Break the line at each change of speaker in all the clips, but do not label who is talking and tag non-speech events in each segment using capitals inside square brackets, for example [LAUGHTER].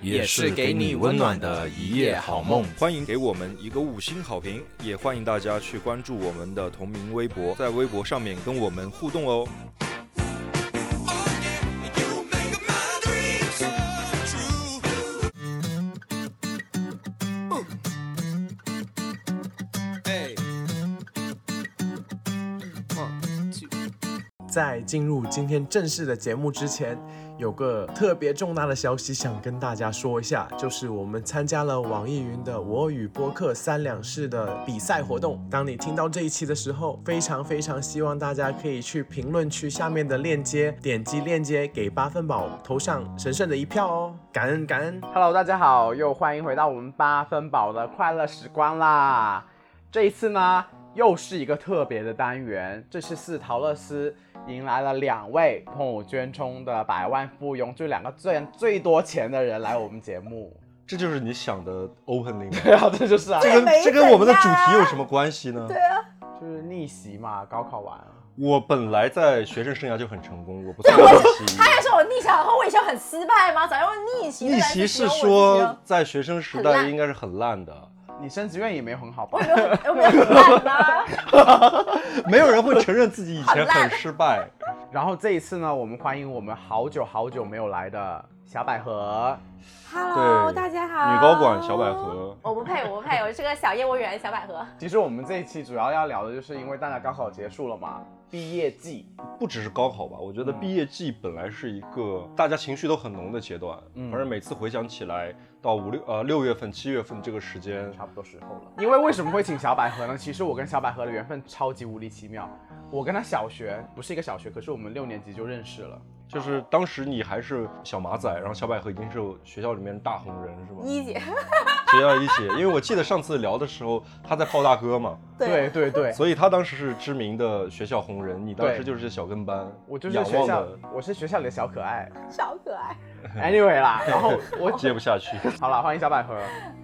也是给你温暖的一夜啊好梦。
欢迎给我们一个五星好评，也欢迎大家去关注我们的同名微博，在微博上面跟我们互动哦。
在进入今天正式的节目之前，有个特别重大的消息想跟大家说一下，就是我们参加了网易云的“我与播客三两事”的比赛活动。当你听到这一期的时候，非常非常希望大家可以去评论区下面的链接，点击链接给八分宝投上神圣的一票哦，感恩感恩。
Hello，大家好，又欢迎回到我们八分饱的快乐时光啦！这一次呢，又是一个特别的单元，这次是陶乐斯迎来了两位朋友圈中的百万富翁，就两个赚最多钱的人来我们节目。 [LAUGHS]
这就是你想的 opening，
对啊，这就是啊，
这
跟 [LAUGHS] 没这跟我们的主题有什
么关系呢
对啊，
就是逆袭嘛，高考完。
我本来在学生生涯就很成功，我不算
我
逆袭
他还说我逆袭，然后我以前很失败吗？咋用逆袭？
逆袭是说在学生时
很
代
烂
应该是很烂 [LAUGHS] 的，
你升职院也没有很好吧
我？没有很，我没有很烂呐。 [LAUGHS]
没有人会承认自己以前
很烂
很失败。
然后这一次呢，我们欢迎我们好久好久没有来的小百合，
Hello，大
家
好女高管小百合
我不配，我不配，我是个小业务员小百合。
其实我们这一期主要要聊的就是，因为大家高考结束了嘛，毕业季，
不只是高考吧，我觉得毕业季本来是一个大家情绪都很浓的阶段，
嗯
反正每次回想起来，到五六呃六月份、七月份这个时间，
差不多时候了。因为为什么会请小百合呢？其实我跟小百合的缘分超级无理奇妙，我跟她小学不是一个小学，可是我们六年级就认识了。
就是当时你还是小马仔，然后小百合已经是学校里面大红人是吗？
[LAUGHS] 一姐，
学校一姐，因为我记得上次聊的时候，她在泡大哥嘛，
对对对，
所以她当时是知名的学校红人，你当时
对
就是小跟班，
我就是
仰
学
望
校
的，
我是学校里的小可
[LAUGHS]
爱。
小可爱。
Anyway 啦，然后我
接不下去。
好了，欢迎小百合。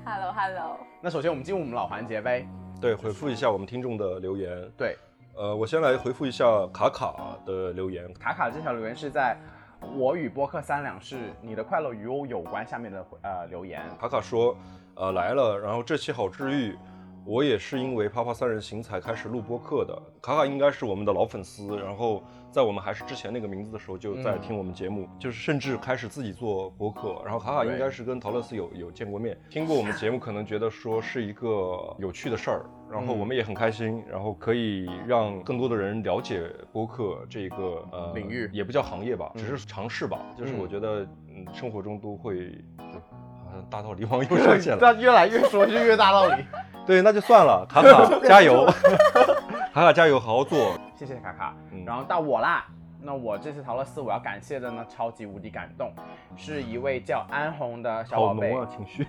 Hello Hello，
那首先我们进入我们老环节呗。
对，回复一下我们听众的留言。
对，
呃，我先来回复一下卡卡的留言，
卡卡这条留言是在“我与播客三两是你的快乐与我有关”下面的回呃留言。
卡卡说，呃来了，然后这期好治愈，我也是因为啪啪三人行才开始录播客的。卡卡应该是我们的老粉丝，然后在我们还是之前那个名字的时候就在
嗯
听我们节目，就是甚至开始自己做播客。然后卡卡应该是跟陶乐斯有有见过面，听过我们节目，可能觉得说是一个有趣的事儿，然后
嗯
我们也很开心，然后可以让更多的人了解播客这个呃
领域
也不叫行业吧，只
嗯
是尝试吧。就是
嗯
我觉得嗯生活中都会。就好像大道理往右上去了。
但越来越说就越大道理。
对，那就算了，卡 [LAUGHS] 卡加油， [LAUGHS] 卡卡加油，好好 [LAUGHS] 做。
谢谢卡卡。
嗯
然后到我啦，那我这次陶乐斯我要感谢的呢，超级无敌感动，是一位叫安红的小
好
宝贝
浓。啊，情绪。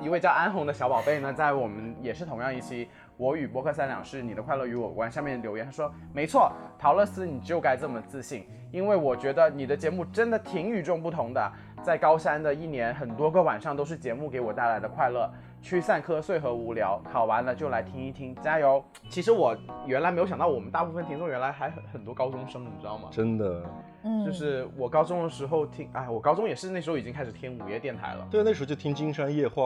一位叫安红的小宝贝呢，在我们也是同样一期《我与播客三两是你的快乐与我无关》下面留言，他说：“没错，陶乐斯，你就该这么自信，因为我觉得你的节目真的挺与众不同的。在高三的一年，很多个晚上都是节目给我带来的快乐，驱散瞌睡和无聊。考完了就来听一听，加油！”其实我原来没有想到，我们大部分听众原来还很很多高中生，你知道吗？
真的，
嗯
就是我高中的时候听，哎，我高中也是那时候已经开始听午夜电台了。
对，那时候就听《金山夜话》，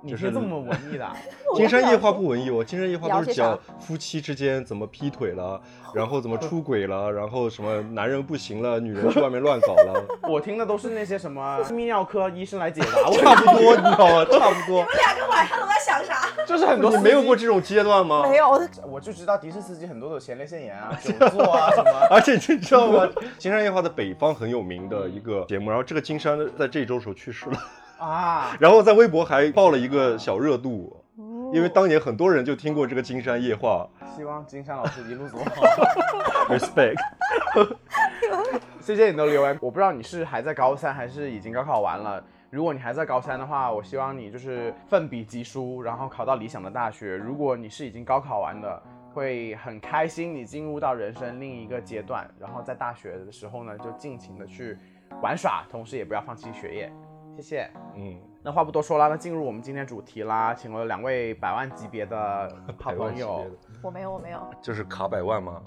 你
就是是
这么文艺的啊、
《金山夜话》不文艺哦，《金山夜话》都
聊些
是
啥
讲夫妻之间怎么劈腿了，然后怎么出轨了，然后什么男人不行了，女人去外面乱搞了， [LAUGHS]
我听的都是那些什么泌尿科医生来解答
差
我，
不多，你知道吗？差不多。
两个晚上都在想啥？
就是很多
你
司
没有
机
过，这种阶段吗？
没有，我的
我就知道的士司机很多都有前列腺炎啊、久坐啊什
[LAUGHS]
么。
而且你知道吗？《金山夜话》的北方很有名的一个节目，然后这个金山在这周的时候去世了。
啊，
然后在微博还爆了一个小热度，因为当年很多人就听过这个《金山夜话
希望金山老师一路走好。》
，respect。
谢谢你的留言，我不知道你是还在高三还是已经高考完了。如果你还在高三的话，我希望你就是奋笔疾书，然后考到理想的大学。如果你是已经高考完的，会很开心你进入到人生另一个阶段，然后在大学的时候呢，就尽情的去玩耍，同时也不要放弃学业。谢谢。
嗯，
那话不多说啦，那进入我们今天主题啦，请了两位百万级别的好
百万
朋
级
友
别。的
我没有，我没有，
就是卡百万吗？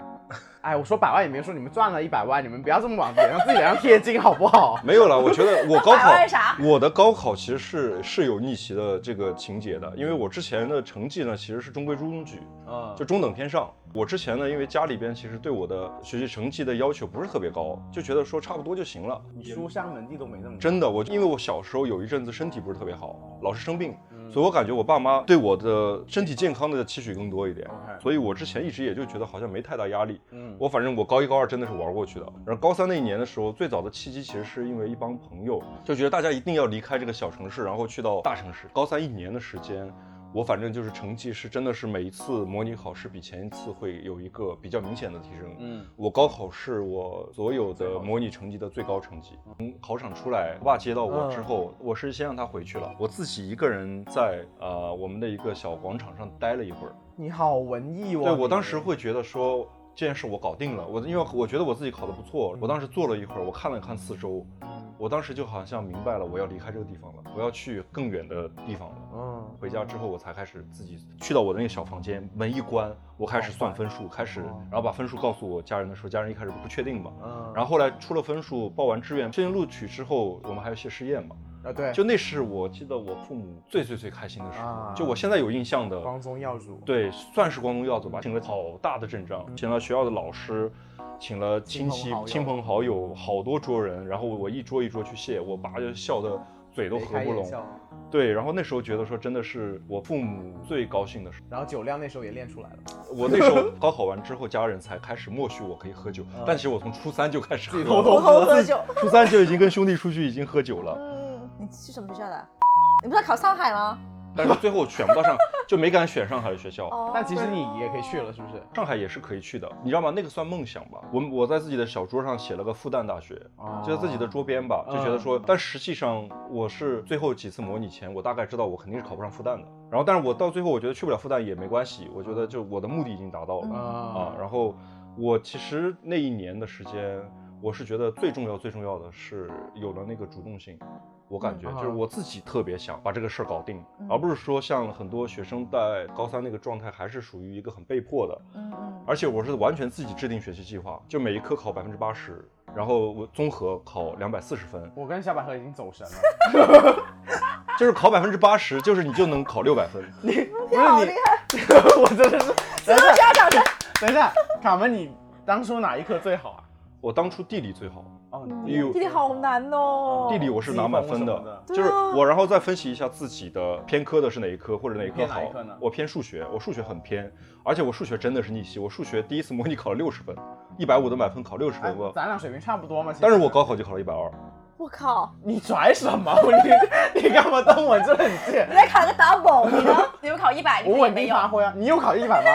哎，我说百万也没说你们赚了一百万，你们不要这么往脸上自己脸上贴金好不好？
没有啦，我觉得我高
百 [LAUGHS] 万是
考
啥，
我的高考其实是是有逆袭的这个情节的，因为我之前的成绩呢其实是中规中矩，
嗯，
就中等偏上。我之前呢，因为家里边其实对我的学习成绩的要求不是特别高，就觉得说差不多就行了。
你书香门第都没那么
真的，我因为我小时候有一阵子身体不是特别好，老是生病，所以我感觉我爸妈对我的身体健康的期许更多一点
OK
所以我之前一直也就觉得好像没太大压力。
嗯
我反正我高一高二真的是玩过去的，然后高三那一年的时候，最早的契机其实是因为一帮朋友就觉得大家一定要离开这个小城市，然后去到大城市。高三一年的时间，我反正就是成绩是真的是每一次模拟考试比前一次会有一个比较明显的提升。
嗯，
我高考是我所有的模拟成绩的最高成绩。从考场出来，我爸接到我之后，我是先让他回去了，我自己一个人在呃我们的一个小广场上待了一会儿。
你好文艺哦。
对我
你
当时会觉得说这件事我搞定了，我因为我觉得我自己考得不错，我当时坐了一会儿，我看了看四周，我当时就好像明白了我要离开这个地方了，我要去更远的地方了。
嗯，
回家之后，我才开始自己去到我的那个小房间，门一关，我开始算分数，开始，然后把分数告诉我家人的时候，家人一开始不确定嘛，
嗯
然后后来出了分数，报完志愿，确定录取之后，我们还有一些试验嘛，
啊对，
就那是我记得我父母最最最开心的时
啊
候，就我现在有印象的，
光宗耀祖。
对，算是光宗耀祖吧，请了好大的阵仗，请了学校的老师，请了亲戚
嗯亲朋好、友
亲朋好友，好多桌人，然后我一桌一桌去谢，我爸就笑得嘴都
眉
合
开
不
眼
拢。
笑
对，然后那时候觉得说真的是我父母最高兴的时候，
然后酒量那时候也练出来了，
我那时候
[LAUGHS]
高考完之后，家人才开始默许我可以喝酒，但其实我从初三就开始喝
嗯自己偷
了，
偷
偷偷喝酒。
初三就已经跟兄弟出去已经喝酒了。
嗯，你是什么学校的？你不是考上海吗？
但是最后选不到上，就没敢选上海的学校。
哦，
但其实你也可以去了，是不是？
上海也是可以去的，你知道吗？那个算梦想吧。我我在自己的小桌上写了个复旦大学，
哦嗯
就在自己的桌边吧，就觉得说，但实际上我是最后几次模拟前，我大概知道我肯定是考不上复旦的。然后，但是我到最后我觉得去不了复旦也没关系，我觉得就我的目的已经达到了、
嗯哦
啊。然后我其实那一年的时间，我是觉得最重要最重要的是有了那个主动性。我感觉
嗯
就是我自己特别想把这个事儿搞定，
嗯
而不是说像很多学生在高三那个状态，还是属于一个很被迫的，
嗯嗯，
而且我是完全自己制定学习计划，就每一科考百分之八十，然后我综合考两百四十分，
我跟小百合已经走神了，
就是考百分之八十，就是你就能考六百分。
不是你， [LAUGHS] 我真的是，等一下，
家长声。
等一下，卡门，你当初哪一科最好啊？
我当初地理最好，
哦，
地理
地理好难哦。
地理我是拿满分
积分什么
的，
的
就是
对啊
我然后再分析一下自己的偏科的是哪一科或者哪一科
偏哪
好
一科呢。
我偏数学，我数学很偏，而且我数学真的是逆袭，我数学第一次模拟考了六十分，一百五的满分考六十
哎
分，我，
咱俩水平差不多嘛。其实
但是我高考就考了一百二。
我靠，
你拽什么？ [LAUGHS] 你你干嘛动我这很贱
你？在考个 double，你
[LAUGHS]
呢？你们考一百，
我
你
稳
没
定
有。
发挥啊！你有考一百吗？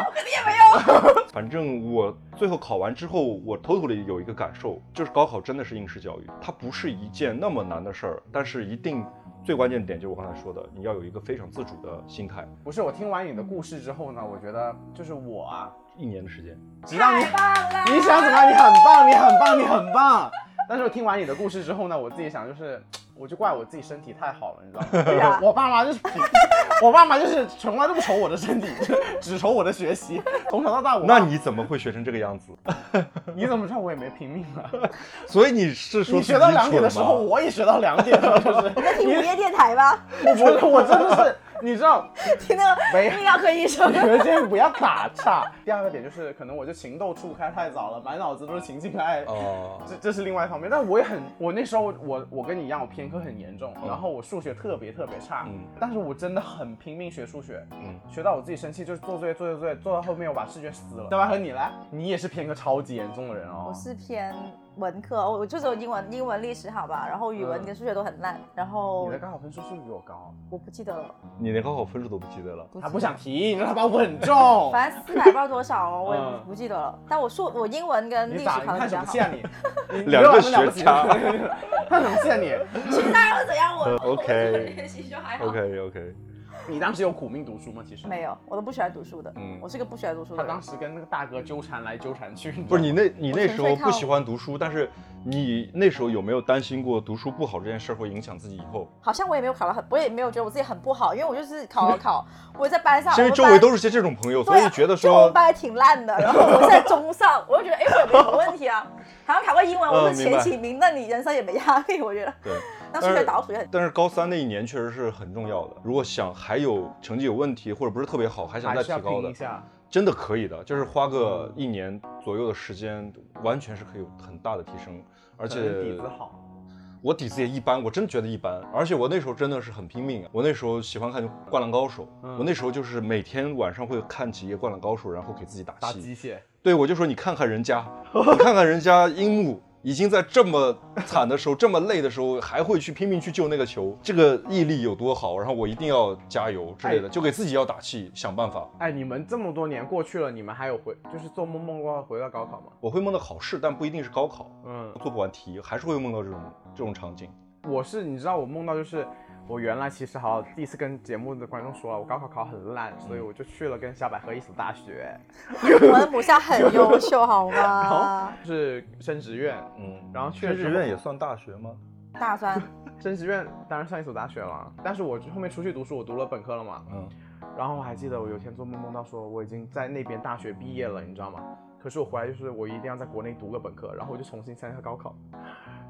反正我最后考完之后，我 totally 有一个感受，就是高考真的是应试教育，它不是一件那么难的事儿，但是一定最关键的点就是我刚才说的，你要有一个非常自主的心态。
不是，我听完你的故事之后呢，我觉得就是我啊，
一年的时间，
直到你
太棒了！
你想怎么样？你很棒，你很棒，你很棒。但是我听完你的故事之后呢，我自己想就是，我就怪我自己身体太好了，你知
对
道吗
[LAUGHS] 啊？
我爸妈就是，我爸妈就是从来都不愁我的身体， [LAUGHS] 只愁我的学习。从小到大我，
[LAUGHS] 那你怎么会学成这个样子？
你怎么知道我也没拼命啊？
所以你是说
你
自己
学到两点的时候，
蠢吗
我也学到两点了，
[LAUGHS]
就是
在听午夜电台吧，
我我我真的是，你知道，
听那个
没
泌尿科医生
你。们先不要打岔。第二个点就是，可能我就情窦初开太早了，满脑子都是情情爱爱。
哦，
这这是另外一方面，但我也很，我那时候我我跟你一样，我偏科很严重，
嗯
然后我数学特别特别差，
嗯
但是我真的很拼命学数学，
嗯，
学到我自己生气，就是做作业做作业做到后面我把试卷撕了。小白和你来，你也是偏科超级严重的人哦
我，是偏文科，我我就只有英文、英文、历史好吧，然后语文跟数学都很烂，然
嗯
后
你的高考分数是不是比我高？
我不记得了，
你连高考分数都不记得
[LAUGHS]
了。
不记得
他不想提，你知道他把我很重。
反正四百不知道多少哦，我也
嗯
不不记得了。但我数我英文跟历
你
史
咋？
考
你
的
看什
比较
么
好。
线你？
[LAUGHS]
你
两个
你知道我们
学
[LAUGHS]
渣
两个几个看什么线你？
那又怎样？我
OK
习就还
OK OK，
你当时有苦命读书吗？其实
没有，我都不喜欢读书的，
嗯
我是个不喜欢读书
他
的人
当。时跟那个大哥纠缠来纠缠
[LAUGHS]
去，
不是你那，你
我
那
纯
时
粹
候不
靠
喜欢读书，但是你那时候有没有担心过读书不好这件事儿会影响自己以后？
好像我也没有考得很，我也没有觉得我自己很不好，因为我就是考
[LAUGHS]
了考，我在班上，
因为
我们
周围
班
都是些这种朋友，所
对
以
啊，
觉得
就 [LAUGHS] 我们
说，
班还挺烂的，啊然后我在中上，我就觉得哎，我也没什么问题啊。好像考过英文，我
嗯
是
明
前
白
几名，那你人生也没压力，我觉得。
对。
那数
但 [LAUGHS]
学
是
倒数也很，
但是高三那一年确实是很重要的。如果想还有成绩有问题或者不是特别好，还想
还
再
是要
提高
拼
的
一，下。嗯
真的可以的，就是花个一年左右的时间，完全是可以有很大的提升。而
而
且
呃底子好，
我底子也一般，我真觉得一般。而且我那时候真的是很拼命啊！我那时候喜欢看《灌篮高手》
嗯
我那时候就是每天晚上会看几页《灌篮高手》，然后给自己打
打
气。
鸡血，
对，我就说你看看人家，你看看人家樱木已经在这么惨的时候、这么累的时候，还会去拼命去救那个球，这个毅力有多好？然后我一定要加油之类的，
哎
就给自己要打气，想办法。
哎，你们这么多年过去了，你们还有回就是做梦梦过回到高考吗？
我会梦到考试，但不一定是高考，
嗯，
做不完题还是会梦到这种这种场景。
我是你知道我梦到就是我原来其实好像第一次跟节目的观众说了，我高考考很烂，所以我就去了跟小百合一所大学，
我的母校很优秀，好呃
然后
吗？
就是升职院，
嗯，
然后去了
升
之
职
后
院也算大学吗？
大专，
升职院当然上一所大学了，但是我后面出去读书，我读了本科了嘛，
嗯，
然后我还记得我有一天做梦梦到说我已经在那边大学毕业了，你知道吗？可是我回来就是我一定要在国内读个本科，然后我就重新参加高考，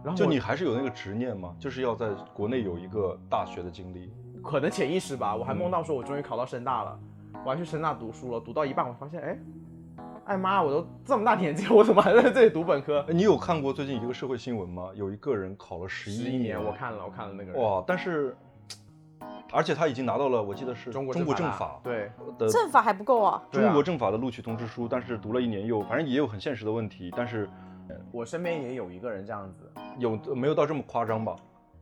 然后
就
我
你还是有那个执念吗？就是要在国内有一个大学的经历。
可能潜意识吧，我还
嗯
梦到说我终于考到深大了，我还去深大读书了，读到一半我发现哎，哎妈，我都这么大年纪了，我怎么还在这里读本科
哎？你有看过最近一个社会新闻吗？有一个人考了十
11
一
年我看了，我看了那个人，
哇，但是，而且他已经拿到了，我记得是
中国
中国政
大
法
对，
的
政法还不够啊。
对啊
中国政法的录取通知书，但是读了一年又，反正也有很现实的问题，但是
我身边也有一个人这样子，
有没有到这么夸张吧？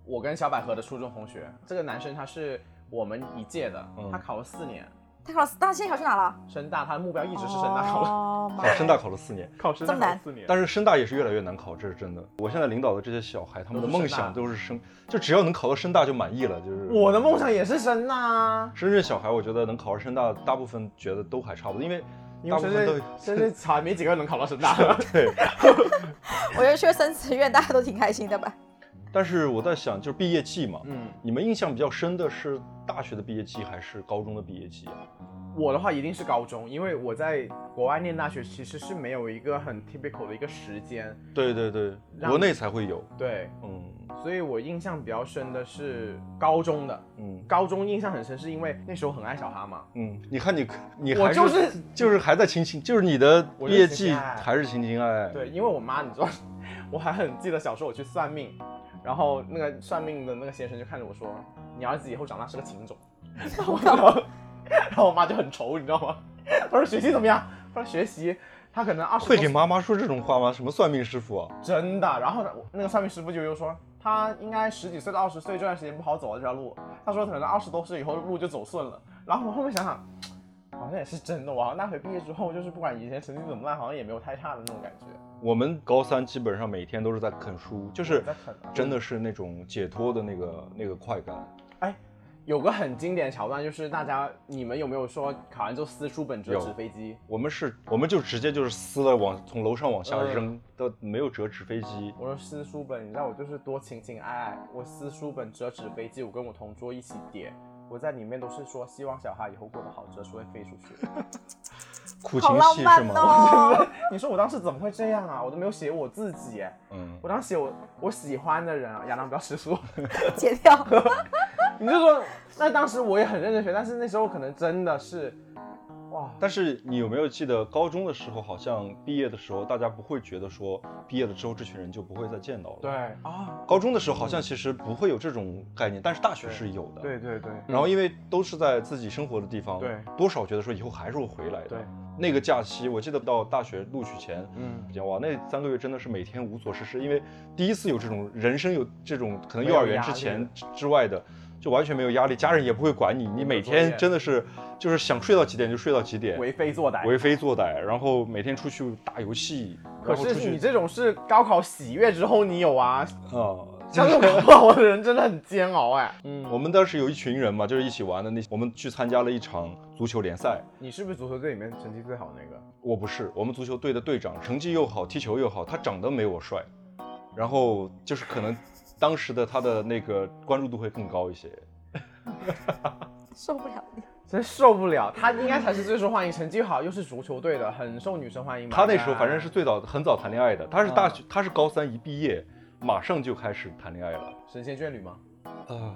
我跟小百合的初中同学，这个男生他是我们一届的，
嗯
他考了四年，
他考了，但现在考去哪了？
深大他的目标一直是深大考了，
哦
考
妈呀
深啊大考了四年，
[LAUGHS]
考深
这么
大考
难
了四年，
但是深大也是越来越难考，这是真的。我现在领导的这些小孩，他们的
都是
梦
深大
想都是升，就只要能考到深大就满意了，就是
我的梦想也是深大啊。
深圳小孩，我觉得能考上深大，大部分觉得都还差不多，因为
因
大
为
部
深
分都
圳，深圳才没几个人能考到深大 [LAUGHS] 的，
对。
我觉得去生死院大家都挺开心的
[LAUGHS]
吧？
但是我在想，就是毕业季嘛，
嗯，
你们印象比较深的是大学的毕业季还是高中的毕业季啊？
我的话一定是高中，因为我在国外念大学其实是没有一个很 typical 的一个时间，
对对对，
让
国内才会有。
对，
嗯
所以我印象比较深的是高中的。
嗯
高中印象很深，是因为那时候很爱小哈嘛，
嗯，你看你你
我
还是
就是
就是还在情情，就是你的
我就
毕
是
业
情情
季
爱爱
还是情情爱爱。
对，因为我妈你知道，我还很记得小时候我去算命，然后那个算命的那个先生就看着我说，你儿子以后长大是个情种，然后然后然后我妈就很愁，你知道吗？ [LAUGHS] 她说学习怎么样？她说学习，她可能二十
会给妈妈说这种话吗？什么算命师傅啊？
真的。然后呢那个算命师傅就又说，他应该十几岁到二十岁这段时间不好走啊这条路。他说可能二十多岁以后路就走顺了。然后我后面想想，好像也是真的。我好像大学毕业之后，就是不管以前成绩怎么烂，好像也没有太差的那种感觉。
我们高三基本上每天都是在啃书，就是
在啃啊
真的是那种解脱的那个那个快感。
哎，有个很经典的桥段，就是大家你们有没有说考完之后撕书本折
有
纸飞机？
我们是，我们就直接就是撕了往从楼上往下
嗯
扔，都没有折纸飞机。
我说撕书本，你知道我就是多情情爱爱，我撕书本折纸飞机，我跟我同桌一起叠。我在里面都是说，希望小孩以后过得好，折纸会飞出去。 [LAUGHS]
苦情
好浪
戏是
漫
吗？ [LAUGHS]
哦！
你说我当时怎么会这样啊？我都没有写我自己耶，
嗯
我，当时写我我喜欢的人啊，亚当不要吃醋。
解掉。
[LAUGHS]
[LAUGHS]
你就说，那当时我也很认真学，但是那时候可能真的是，哇，
但是你有没有记得高中的时候，好像毕业的时候，大家不会觉得说毕业了之后这群人就不会再见到了。
对，啊，
高中的时候好像其实不会有这种概念，但是大学是有的。
对。对对
然后因为都是在自己生活的地方，
对
多少觉得说以后还是会回来的。
对，
那个假期我记得到大学录取前，
嗯，
哇，那三个月真的是每天无所事事，因为第一次有这种人生有这种可能
没
幼
有
儿园之
压力
前
了
之之外的，就完全没有压力，家人也不会管你，你每
作业
天真的是就是想睡到几点就睡到几点，
为非作歹。
为非作歹，然后每天出去打游戏，
可
然后出
是
去
你这种是高考喜悦之后你有啊，
啊、
像这种考不好的人真的很煎熬哎。
嗯，我们当时有一群人嘛，就是一起玩的那，我们去参加了一场足球联赛。
你是不是足球队里面成绩最好的那个？
我不是，我们足球队的队长，成绩又好，踢球又好，他长得没我帅，然后就是可能当时的他的那个关注度会更高一些。
受不了你。
真受不了，他应该才是最受欢迎，成绩好又是足球队的，很受女生欢迎吧。
他那时候反正是最早很早谈恋爱的，他是大学，
嗯
他是高三一毕业，马上就开始谈恋爱了。
神仙眷侣吗？
啊、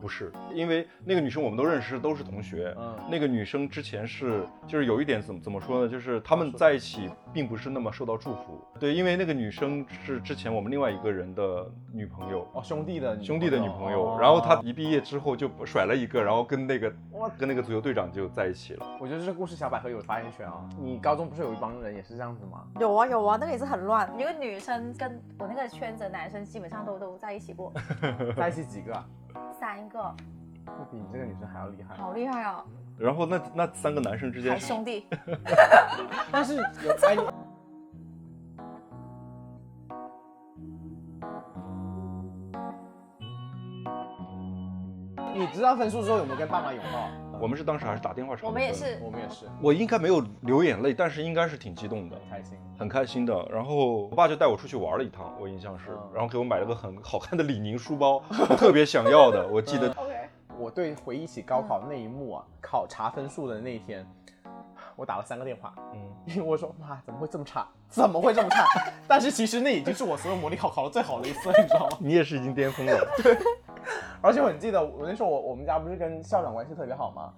不是，因为那个女生我们都认识，都是同学。
嗯
那个女生之前是，就是有一点怎么怎么说呢？就是他们在一起并不是那么受到祝福。对，因为那个女生是之前我们另外一个人的女朋友，
哦，兄弟的女朋友
兄弟的女朋友
哦。
然后她一毕业之后就甩了一个，然后跟那个跟那个足球队长就在一起了。
我觉得这故事小百合有发言权啊。你高中不是有一帮人也是这样子
[LAUGHS]
吗？
有啊有啊，那个也是很乱。一个女生跟我那个圈子的男生基本上都都在一起过，
在一起几个啊？
三个，
不比你这个女生还要厉害。
好厉害啊，
然后那那三个男生之间
还
是
兄弟。
但是有哎，你你知道分数之后有没有跟爸妈拥抱？
我们是当时还是打电话吵。
我们也，是，
我们也是，
我应该没有流眼泪，但是应该是挺激动的。
开心。
很开心的。然后我爸就带我出去玩了一趟，我印象是
嗯，
然后给我买了个很好看的李宁书包，我特别想要的。我记得
我对回忆起高考那一幕啊，考察分数的那一天，我打了三个电话，
嗯
因为我说妈怎么会这么差，怎么会这么差？ [LAUGHS] 但是其实那已经是我所有模拟考考的最好的一次了，你知道吗？
你也是已经巅峰了，
而且我很记得，我那时候我我们家不是跟校长关系特别好吗？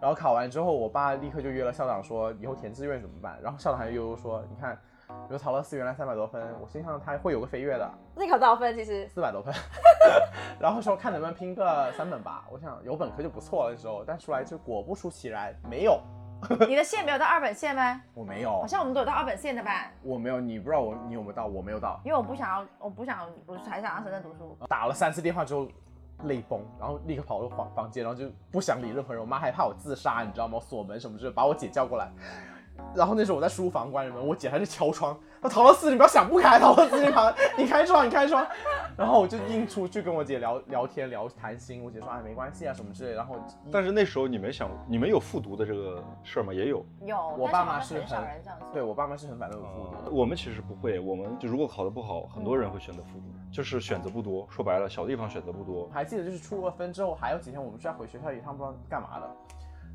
然后考完之后，我爸立刻就约了校长说，以后填志愿怎么办？然后校长还悠悠说，你看，比如陶乐思原来三百多分，我心想他会有个飞跃的，
那考多少分？其实
四百多分， [LAUGHS] 然后说看能不能拼个三本吧。我想有本科就不错了那时候，但出来就果不出其然，没有，
你的线没有到二本线吗？
我没有
好，像我们都有到二本线的吧？
我没有，你不知道我你有没有到，我没有到，
因为我不想要，我不想，我还想要深圳读书。
打了三次电话之后。泪崩，然后立刻跑到房房间，然后就不想理任何人。我妈还怕我自杀，你知道吗？锁门什么之类，把我姐叫过来。 [LAUGHS] 然后那时候我在书房关着门，我姐还是敲窗，她陶乐斯，你不要想不开，陶乐斯，你把你开窗，你开窗。然后我就硬出去跟我姐聊聊天，聊谈心。我姐说哎没关系啊什么之类的。然后
[LAUGHS] 但是那时候你没想，你们有复读的这个事儿吗？也有。
有，
我
但
爸
好
妈
像
是
很少
很
人这样做。
对我爸妈是很反对我复读的。
呃我们其实不会，我们就如果考得不好，很多人会选择复读，就是选择不多。说白了，小地方选择不多
我。还记得就是出了分之后，还有几天我们是要回学校一趟，不知道干嘛的。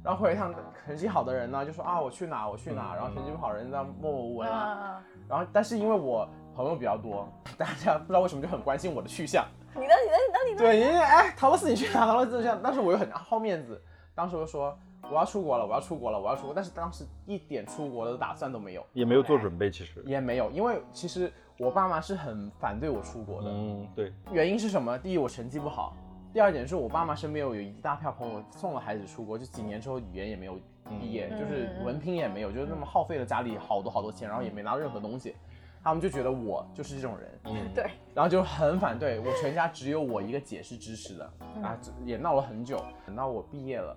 然后回一趟，成绩好的人呢就说啊我去哪我去哪，
嗯
然后成绩不好的人在默默无闻啊。
嗯，
然后但是因为我朋友比较多，大家不知道为什么就很关心我的去向。
你呢？你呢？你呢？你呢？
对，因为哎陶乐斯你去哪？陶乐斯你去哪？但是我又很好面子，当时我就说我要出国了，我要出国了，我要出国，但是当时一点出国的打算都没有，
也没有做准备，其实。
也没有，因为其实我爸妈是很反对我出国的。
嗯，对，
原因是什么？第一，我成绩不好；第二点是我爸妈身边有一大票朋友送了孩子出国，就几年之后语言也没有毕业，
嗯
就是文凭也没有，就是那么耗费了家里好多好多钱，然后也没拿到任何东西，他们就觉得我就是这种人，
嗯，
对，
然后就很反对我全家只有我一个姐是支持的，啊，也闹了很久，等到我毕业了，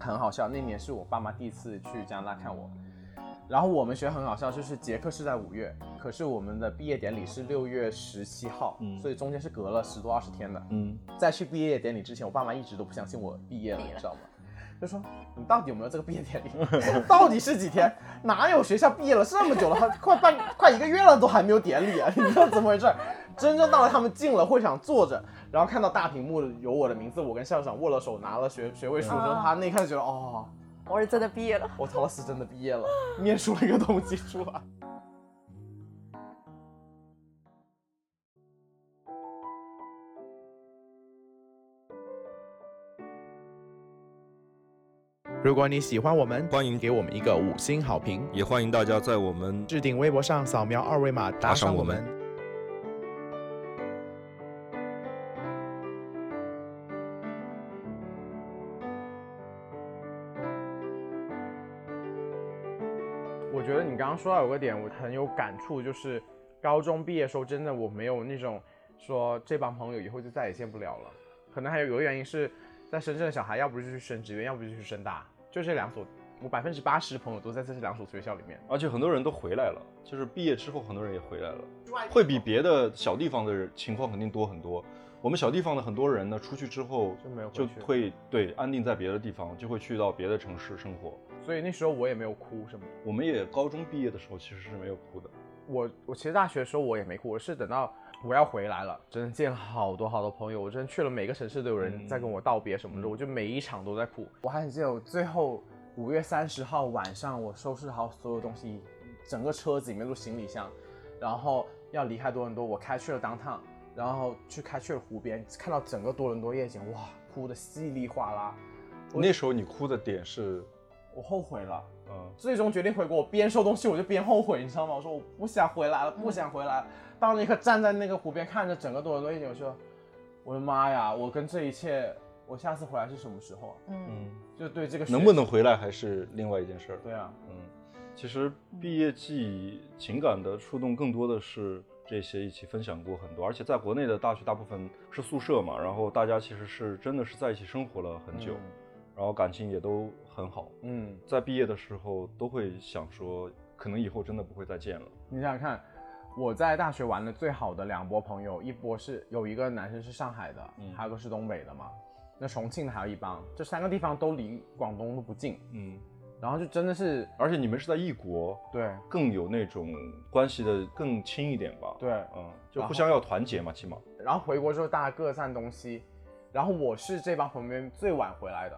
很好笑，那年是我爸妈第一次去加拿大看我。然后我们学校很好笑，就是结课是在五月，可是我们的毕业典礼是六月十七号，
嗯
所以中间是隔了十多二十天的。
嗯，
在去毕业典礼之前，我爸妈一直都不相信我毕业了，
毕业
你
了
知道吗？就说你到底有没有这个毕业典礼？ [LAUGHS] 到底是几天？哪有学校毕业了这么久了， [LAUGHS] 快半快一个月了都还没有典礼啊？你知道怎么回事？真正到了他们进了会场坐着，然后看到大屏幕有我的名字，我跟校长握了手，拿了学学位书之后，
啊
他那一刻就觉得哦，
我是真的毕业了。
我陶乐斯真的毕业了，念出了一个东西出来。如果你喜欢我们，
欢迎
给我们一个五星好评。
也欢迎大家在我们
置顶微博上扫描二维码打
打赏
赏我
我
们
们。
我觉得你刚刚说到有个点，我很有感触，就是高中毕业的时候，真的我没有那种说这帮朋友以后就再也见不了了。可能还有有个原因是在深圳的小孩，要不就去升职院，要不就去深大，就这两所我百分之八十的朋友都在这两所学校里面。
而且很多人都回来了，就是毕业之后很多人也回来了，会比别的小地方的人情况肯定多很多。我们小地方的很多人呢，出去之后
就没有回
就
去
会对安定在别的地方，就会去到别的城市生活。
所以那时候我也没有哭什么。
我们也高中毕业的时候其实是没有哭的，
我我其实大学的时候我也没哭，我是等到我要回来了，真的见了好多好多朋友，我真的去了每个城市都有人在跟我道别什么的，我就每一场都在哭。我还记得我最后五月三十号晚上，我收拾好所有东西，整个车子里面都是行李箱，然后要离开多伦多，我开去了 downtown，然后去开去了湖边，看到整个多伦多夜景，哇，哭的稀里哗啦，
那时候你哭的点是，
我后悔了。
嗯，
最终决定回国，我边收东西我就边后悔，你知道吗？我说我不想回来了，不想回来了。到那一刻站在那个湖边，看着整个多伦多夜景，我说，我的妈呀！我跟这一切，我下次回来是什么时候啊？
嗯，
就对这个
能不
学
能回来还是另外一件事儿。
对啊，
嗯，其实毕业季情感的触动更多的是这些一起分享过很多，而且在国内的大学大部分是宿舍嘛，然后大家其实是真的是在一起生活了很久，
嗯
然后感情也都很好，
嗯，
在毕业的时候都会想说，可能以后真的不会再见了。
你想想看，我在大学玩的最好的两波朋友，一波是有一个男生是上海的，
嗯
还有一个是东北的嘛。那重庆的还有一帮，这三个地方都离广东都不近，
嗯，
然后就真的是
而且你们是在异国，
对
更有那种关系的更亲一点吧？，
对，
嗯，就互相要团结嘛，起码。
然后回国之后大家各散东西，然后我是这帮朋友里面最晚回来的，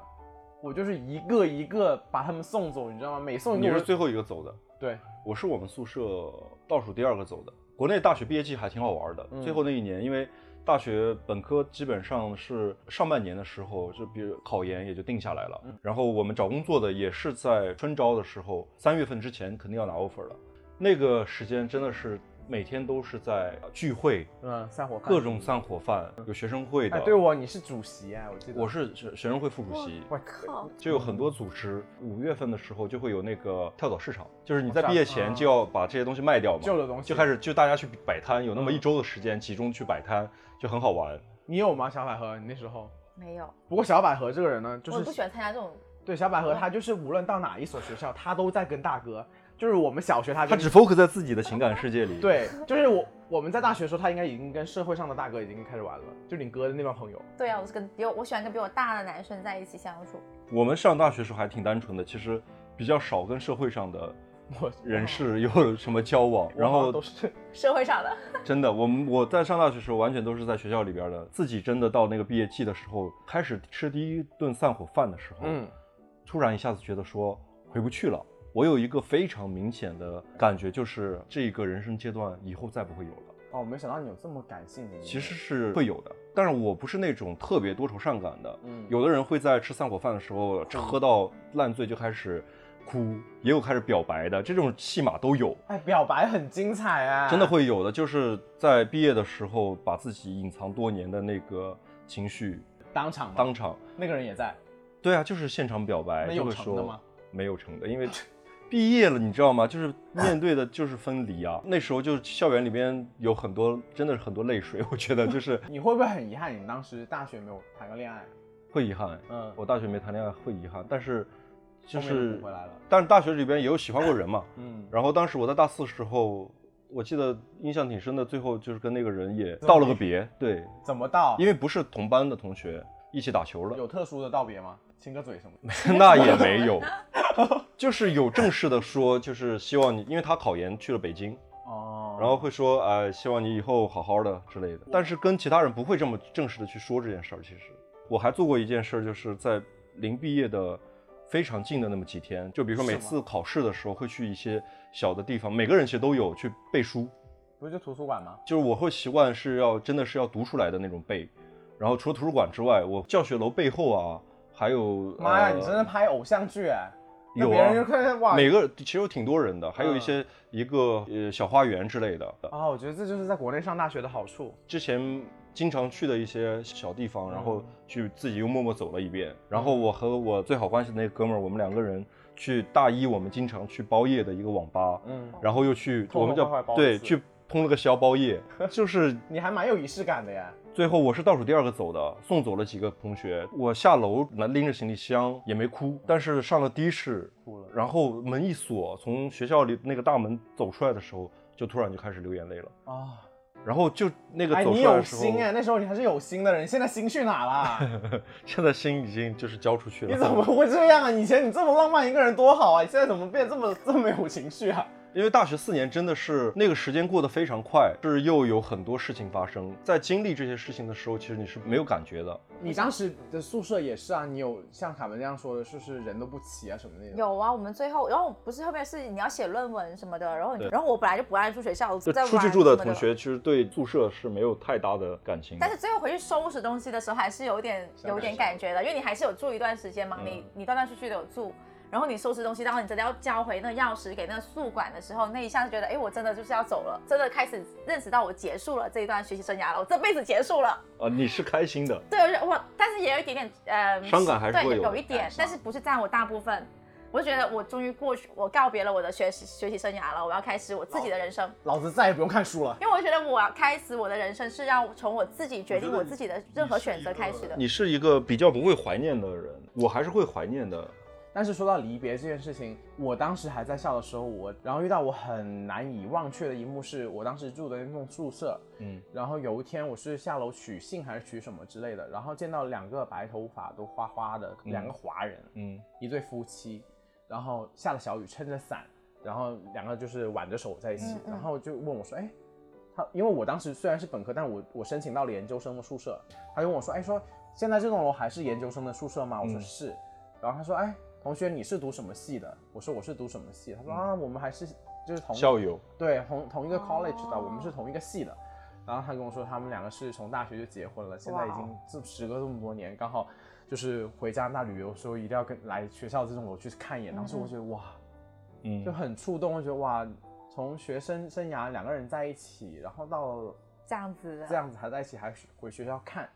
我就是一个一个把他们送走，你知道吗？每送一
你
个
是
我
最后一个走的，
对，
我是我们宿舍倒数第二个走的。国内大学毕业季还挺好玩的，
嗯
最后那一年，因为大学本科基本上是上半年的时候，就比如考研也就定下来了。
嗯
然后我们找工作的也是在春招的时候，三月份之前肯定要拿 offer 了。那个时间真的是每天都是在聚会，
嗯，散伙饭
各种散伙饭，有学生会的，
哎，对我你是主席哎，我记得
我是学学生会副主席。
我
靠，
就有很多组织，五月份的时候就会有那个跳蚤市场，就是你在
我知道啊
毕业前就要把这些东西卖掉嘛，
旧的东西
就开始就大家去摆摊，有那么一周的时间集中去摆摊，就很好玩。
你有吗？小百合，你那时候？
没有，
不过小百合这个人呢，就
我不
是
喜欢参嗯加这种，
对小百合，她就是无论到哪一所学校，她都在跟大哥，就是我们小学她
他
跟
只 focus 在自己的情感世界里。，
对，就是我我们在大学的时候，她应该已经跟社会上的大哥已经开始玩了，就你哥的那帮朋友，
对啊，我是跟比我我喜欢跟比我大的男生在一起相处，
我们上大学时候还挺单纯的，其实比较少跟社会上的
我
人士有什么交往，然
我好
后哦
像都是
社会上的，
真的，我们我在上大学时候完全都是在学校里边的，自己真的到那个毕业季的时候，开始吃第一顿散伙饭的时候，
嗯。
突然一下子觉得说回不去了。我有一个非常明显的感觉，就是这个人生阶段以后再不会有了。
哦，没想到你有这么感性的一面。
其实是会有的，但是我不是那种特别多愁善感的。
嗯
有的人会在吃散伙饭的时候
哦
喝到烂醉就开始哭，也有开始表白的，这种戏码都有，
哎，表白很精彩啊，
真的会有的。就是在毕业的时候，把自己隐藏多年的那个情绪
当场吗
当场
那个人也在，
对啊，就是现场表白，
那
哎就
有
会
成
说
的吗
没有成的，
[LAUGHS]
因为毕业了，你知道吗？就是面对的就是分离啊。 [LAUGHS] 那时候就是校园里边有很多，真的是很多泪水，我觉得就是
你会不会很遗憾你当时大学没有谈个恋爱？
会遗憾。
嗯
我大学没谈恋爱会遗憾，但是就
后面
是
就不回来了
但是大学里边也有喜欢过人嘛。
嗯，
然后当时我在大四时候，我记得印象挺深的，最后就是跟那个人也道了个别，对，
怎么道？
因为不是同班的同学，一起打球了。
有特殊的道别吗？亲个嘴什么的？[LAUGHS]
那也没有，就是有正式的说，就是希望你，因为他考研去了北京，
哦，
然后会说，呃，希望你以后好好的之类的。但是跟其他人不会这么正式的去说这件事儿。其实我还做过一件事儿，就是在临毕业的非常近的那么几天，就比如说每
是吗
次考试的时候会去一些小的地方，每个人其实都有去背书，
不是就图书馆吗？
就是我会习惯是要真的是要读出来的那种背。然后除了图书馆之外，我教学楼背后啊，还有
妈呀，
呃
你真的拍偶像剧哎！那
有
别人
啊
就看哇，
每个其实有挺多人的，
嗯
还有一些、一个呃小花园之类的。
啊，我觉得这就是在国内上大学的好处。
之前经常去的一些小地方，然后
嗯
去自己又默默走了一遍。然后我和我最好关系的那哥们儿，我们两个人去大一我们经常去包夜的一个网吧，
嗯，
然后又去
痛痛
我们叫
快快包一
对
次
去通了个宵
[LAUGHS]
包夜，就是
你还蛮有仪式感的呀。
最后我是倒数第二个走的，送走了几个同学。我下楼拿拎着行李箱也没哭，但是上了的士
哭了
然后门一锁，从学校里那个大门走出来的时候，就突然就开始流眼泪了。
啊，
然后就那个
哎，
走
你
出来
有
的时候，
心哎，那时候你还是有心的人，你现在心去哪了？啊
现在心已经就是交出去了。
你怎么会这样啊？以前你这么浪漫一个人多好啊，你现在怎么变这么这么有情绪啊？
因为大学四年真的是那个时间过得非常快，是又有很多事情发生。在经历这些事情的时候，其实你是没有感觉的。
[LAUGHS] 你当时的宿舍也是啊，你有像卡门这样说的，就是人都不齐啊什么的。，
有啊，我们最后，然后不是后面是你要写论文什么的，然后你，然后我本来就不爱住学校，
就
在玩
出去住的
什么
同学，其实对宿舍是没有太大的感情的。
但是最后回去收拾东西的时候，还是有点
想
有点感觉的，因为你还是有住一段时
嗯
间嘛，你你断断续续的有住，然后你收拾东西，然后你真的要交回那个钥匙给那个宿管的时候，那一下就觉得，哎，我真的就是要走了，真的开始认识到我结束了这一段学习生涯了，我这辈子结束了。
啊，你是开心的，
对，我觉得哇，但是也有一点点呃
伤感还是会
对，
有
有
的
一点，但是不是占我大部分。我就觉得我终于过去，我告别了我的学习学习生涯了，我要开始我自己的人生。
老子再也不用看书了。
因为我觉得我要开始我的人生是要从我自己决定我自己的任何选择开始的。
你是一个比较不会怀念的人，我还是会怀念的。
但是说到离别这件事情，我当时还在校的时候，我然后遇到我很难以忘却的一幕是，我当时住的那栋宿舍，
嗯，
然后有一天我是下楼取信还是取什么之类的，然后见到两个白头发都花花的
嗯
两个华人，
嗯，
一对夫妻，然后下了小雨，撑着伞，然后两个就是挽着手在一起
嗯，嗯
然后就问我说：“哎，他因为我当时虽然是本科，但我我申请到了研究生的宿舍，他就问我说：‘哎，说现在这栋楼还是研究生的宿舍吗？’我说
嗯
是，然后他说：‘哎，同学你是读什么系的？’我说我是读什么系，他说啊，我们还是就是同
嗯校友，
对同同一个 college 的，
哦
我们是同一个系的。”然后他跟我说，他们两个是从大学就结婚了，现在已
哇
经这时隔这么多年，刚好就是回加拿大旅游的时候，一定要跟来学校这种楼去看一眼。当时我觉得哇，
嗯
就，很触动，我觉得哇，从学生生涯两个人在一起，然后到
这样子的，
这样子还在一起，还回学校看，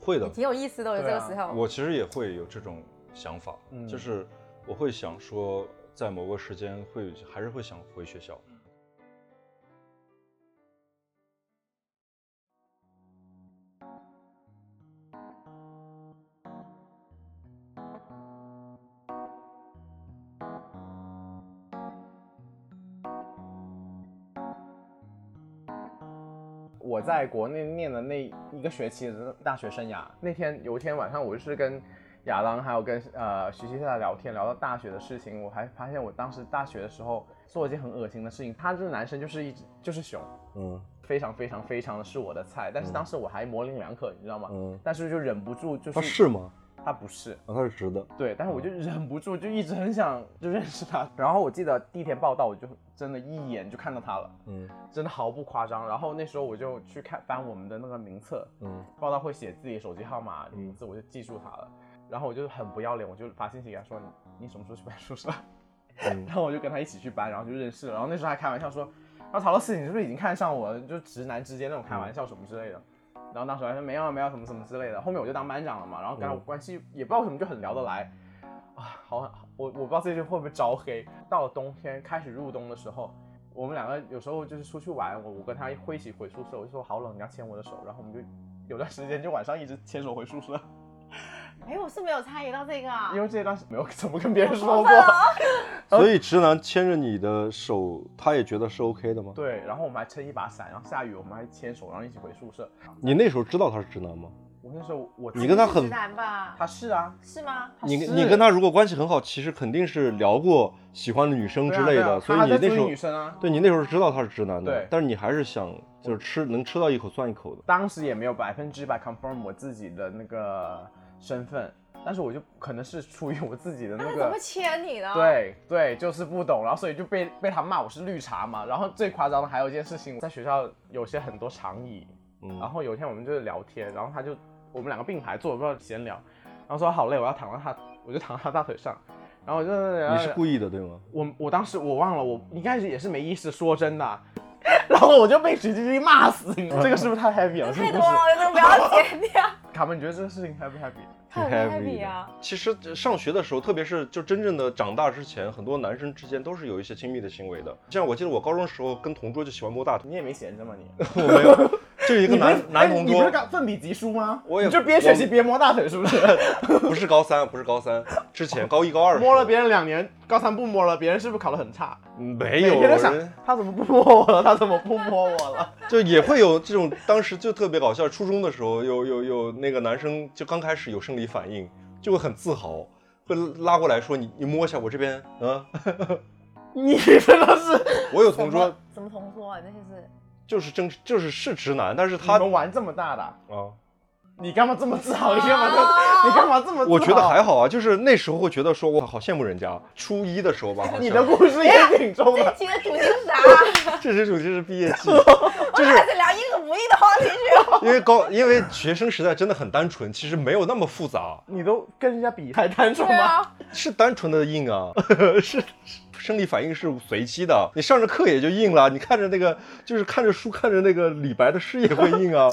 会的
也。挺有意思的。我觉得
对
这
啊
个时候，
我其实也会有这种想法，
嗯
就是我会想说，在某个时间会还是会想回学校。
我在国内念的那一个学期的大学生涯，那天有一天晚上，我就是跟亚当还有跟呃徐熙在聊天，聊到大学的事情，我还发现我当时大学的时候做一件很恶心的事情。他这个男生就是一直就是熊，
嗯
非常非常非常的是我的菜，但是当时我还模棱两可，你知道吗？
嗯，
但是就忍不住就是
他是吗？
他不是，
啊，他是直的。
对，但是我
嗯
就忍不住，就一直很想就认识他。然后我记得第一天报道，我就真的一眼就看到他了，
嗯
真的毫不夸张。然后那时候我就去看翻我们的那个名册，
嗯
报道会写自己手机号码、名字，我就记住他了。然后我就很不要脸，我就发信息给他说：“你你什么时候去搬宿舍？”
嗯
[LAUGHS] 然后我就跟他一起去搬，然后就认识了。然后那时候还开玩笑说：“啊，陶乐斯，你是不是已经看上我了？就直男之间那种开玩
嗯
笑什么之类的。”然后当时还说没啊有没有什么什么之类的。后面我就当班长了嘛，然后跟他
嗯
关系也不知道为什么就很聊得来。啊，好，我我不知道这句会不会招黑。到了冬天开始入冬的时候，我们两个有时候就是出去玩，我我跟他会一起回宿舍，我就说好冷，你要牵我的手，然后我们就有段时间就晚上一直牵手回宿舍，
哎，我是没有参与到这个啊，
因为这段时没有怎么跟别人
好
说
过
过。
分哦
所以直男牵着你的手，他也觉得是 OK 的吗？
对，然后我们还撑一把伞，然后下雨我们还牵手，然后一起回宿舍。
你那时候知道他是直男吗？
我那时候我
你跟他
直
很，
男吧？
他是啊，
是吗？
他
你
是
你跟他如果关系很好，其实肯定是聊过喜欢的女生之类
对啊对
的，
啊
所以
他还
你
在
那时
追
候
女生啊，
对你那时候知道他是直男的，
对
但是你还是想就是吃能吃到一口算一口的。
当时也没有百分之百 confirm 我自己的那个身份，但是我就可能是出于我自己的
那
那
啊他怎么
个
会。牵你呢？，
对对，就是不懂，然后所以就被被他骂我是绿茶嘛。然后最夸张的还有一件事情，在学校有些很多长椅，
嗯，
然后有一天我们就是聊天，然后他就我们两个并排坐，不知道闲聊，然后说好累，我要躺到他，我就躺到他大腿上，然后我就
你是故
意
意的对啊吗？
我我当时我忘了，我一开始也是没意识，说真的，啊然后我就被徐晶晶
嗯
骂死，你知道这个是不是太 happy 了？是
太
不
多
是？
了，我觉得不要剪掉。
卡门，你觉得这个事情 happy happy？
挺
很
heavy
，heavy
的。
啊，
其实呃上学的时候，特别是就真正的长大之前，很多男生之间都是有一些亲密的行为的。像我记得我高中的时候跟同桌就喜欢摸大腿，
你也没闲着嘛你？
我 [LAUGHS] 没有，就一
[LAUGHS]
个
你不是
男男
哎
同
你不
桌
是，干奋笔疾书吗？
我也
你就边学习边摸大腿是不是？
不是高三，不是高三，之前高一高二的时候
摸了别人两年，高三不摸了，别人是不是考得很差？
没
每
有
天都想
人
他怎么不摸我了？他怎么不摸我
[LAUGHS]
了？
就也会有这种，当时就特别搞笑。初中的时候，有有有那个男生就刚开始有生理反应，就会很自豪，会拉过来说你你摸一下我这边，啊，
你真的是
[LAUGHS] 我有同
什
桌
么什么同桌啊，那些是
就是真就是是直男，但是
你
他
们玩这么大的啊，
啊，
你干嘛这么自豪？你干嘛这？你干嘛这么自豪？
我觉得还好啊，就是那时候会觉得说哇好羡慕人家。啊初一的时候吧，好像
你的故事也挺重
这
的
一。期的主题是啥？我
这这种就是毕业季，
们还在聊因和不义的话题去了。
因为高因为学生时代真的很单纯，其实没有那么复杂，
[LAUGHS] 你都跟人家比还单纯
对
吗？
啊，
是单纯的
[LAUGHS]
硬啊，是是生理反应是随机的。你上着课也就硬了，你看着那个就是看着书看着那个李白的诗也会
[LAUGHS]
硬啊。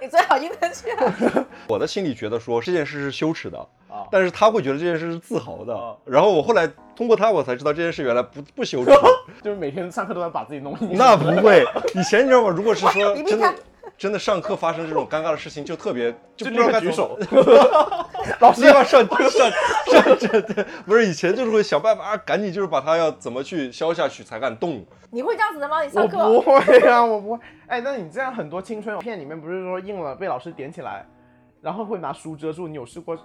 你最好应得去了。
我的心里觉得说这件事是羞耻的
啊，
但是他会觉得这件事是自豪的
啊。
然后我后来通过他我才知道这件事原来不不羞耻，
[LAUGHS] 就是每天上课都要把自己弄硬。
那不会。以前你知道吗？如果是
[LAUGHS]
说
你避
真的
开
真的上课发生这种尴尬的事情，就特别
就
就不
立
知道该
刻
怎
举
么
手，老师
立马上上上这对，不是以前就是会想办法，啊赶紧就是把它要怎么去消下去才敢动。
[LAUGHS] 你会这样子的吗？你
我
上
不
课
会啊，我不会。哎，那你这样很多青春片里面不是说硬了被老师点起来，然后会拿书遮住，你有试过？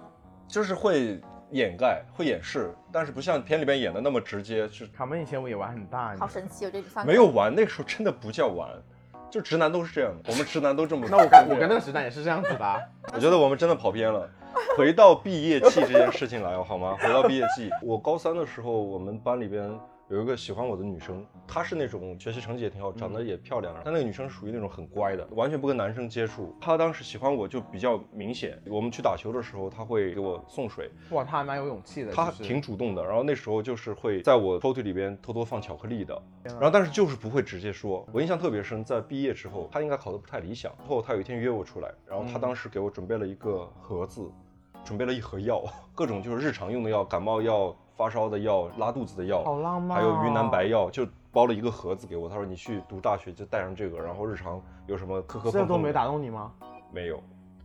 就是会掩盖、会掩饰，但是不像片里边演的那么直接，是
卡门以前我也玩很大，你。
好神奇，我觉得你上课
没有玩。那个时候真的不叫玩，就直男都是这样的，我们直男都这么
那我跟我跟那个直男也是这样子的啊，
我觉得我们真的跑偏了，回到毕业季这件事情来哦好吗？回到毕业季，我高三的时候，我们班里边有一个喜欢我的女生，她是那种学习成绩也挺好，长得也漂亮，但那个女生属于那种很乖的，完全不跟男生接触。她当时喜欢我就比较明显，我们去打球的时候，她会给我送水，
[LAUGHS] 哇，他还蛮有勇气的，
他
其实
挺主动的，然后那时候就是会在我抽屉里边偷偷放巧克力的，然后但
啊
是就是不会直接说。我印象特别深，在毕业之后，他应该考得不太理想，之后他有一天约我出来，然后
嗯
他当时给我准备了一个盒子，准备了一盒药，各种就是日常用的药，感冒药、发烧的药、拉肚子的药，
好浪漫
还
哦，
有云南白药，就包了一个盒子给我。他说你去读大学就带上这个，然后日常有什么磕磕碰碰
这
的
都没打动你吗？
没有。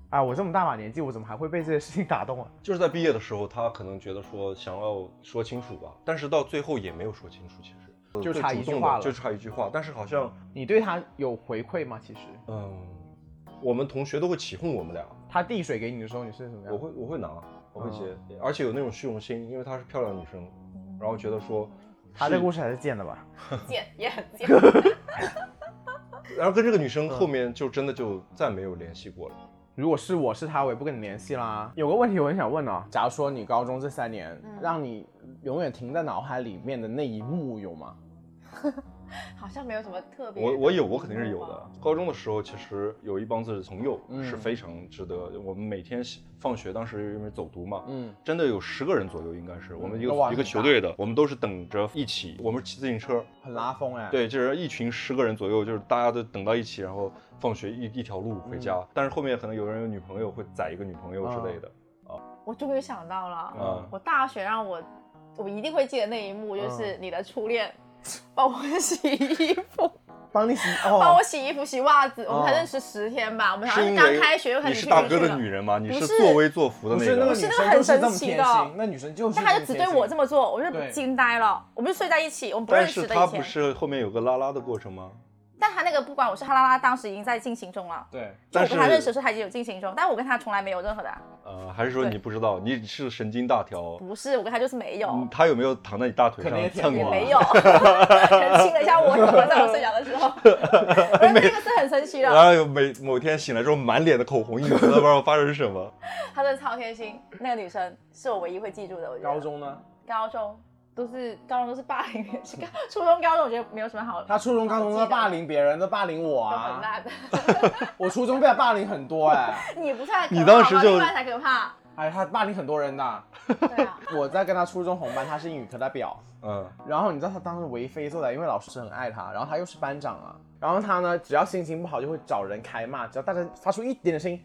哎，我这么大把年纪，我怎么还会被这些事情打动啊？
就是在毕业的时候，他可能觉得说想要说清楚吧，但是到最后也没有说清楚，其实
嗯
呃
就
最
差一
主
句
动
话
的
了
就差一句话。但是好像，
你对他有回馈吗？其实
嗯，我们同学都会起哄我们俩，
他递水给你的时候，你是什么样？
我会我会拿，我会接，
嗯
而且有那种虚荣心，因为她是漂亮女生，然后觉得说，
他这故事还是贱的吧？
贱也很
[LAUGHS]
贱。
然后跟这个女生
嗯
后面就真的就再没有联系过了。
如果是我是他，我也不跟你联系啦。嗯有个问题我很想问哦，假如说你高中这三年，
嗯
让你永远停在脑海里面的那一幕有吗？
好像没有什么特别。
嗯
我我有，我肯定是有的。。高中的时候，其实有一帮子朋友
嗯
是非常值得。我们每天放学，当时因为走读嘛，
嗯，
真的有十个人左右，应该是我们一
那哇
个一个
很
球
大
队的，我们都是等着一起，我们骑自行车，
很拉风哎、，
对，就是一群十个人左右，就是大家都等到一起，然后放学一一条路回家。
嗯
但是后面可能有人有女朋友，会载一个女朋友之类的。
我终于想到了，
嗯
我大学让我，我一定会记得那一幕，就是你的初恋。帮我洗衣服，
帮 [LAUGHS] 你洗
帮
哦
我。洗衣服、洗袜子，我们才认识十天吧，我们
哦
好
是
像
因
刚
为
开学又开
你
始
是
去
大
出
哥
去
的
了
女人吗？你
不
是
是
作威作福的
不
那
是那个
个啊
女
是
生
那个很
就是这么
神奇
贴
的
心，那女生就是
但他就
么
只
贴
对
心
我这么做，我就
对
惊呆了。我们就睡在一起，我们不认
但
识
是
的
他
以
不
前。
是后面有个拉拉的过程吗？
但他那个不管我是哈拉拉，当时已经在进行中了。
对，
就我
但
跟他认识
是
的时候，他已经有进行中，但我跟他从来没有任何的，
呃，还是说
对
你不知道，你是神经大条。
不是我跟他就是没有，
嗯，他有没有躺在你大腿
可能也
上
舔
蹭 [LAUGHS]
也
过
过？
啊
没有，可能 [LAUGHS] 亲了一下我头发，在我睡觉的
[LAUGHS]
时候，我那个是很神奇
然
啊
的，
后有每某天醒来之后满脸的口红，你都不知道发生什么。
她真的超贴心。那个女生是我唯一会记住的，我觉得
高中呢，
高中都是高中都是霸凌，是高初中高中我觉得没有什么好，
她初中、高中都在霸凌别人，在霸凌我
都很
[LAUGHS] 啊。
烂的， [LAUGHS]
我初中被她霸凌很多哎、
你不太可怕
你当时就
另外才可怕，
哎，她霸凌很多人的。[LAUGHS]
对啊，
我在跟她初中同班，她是英语课代表。
嗯，
然后你知道他当时为非作歹，因为老师很爱他，然后他又是班长啊。然后他呢，只要心情不好就会找人开骂，只要大家发出一点点声音，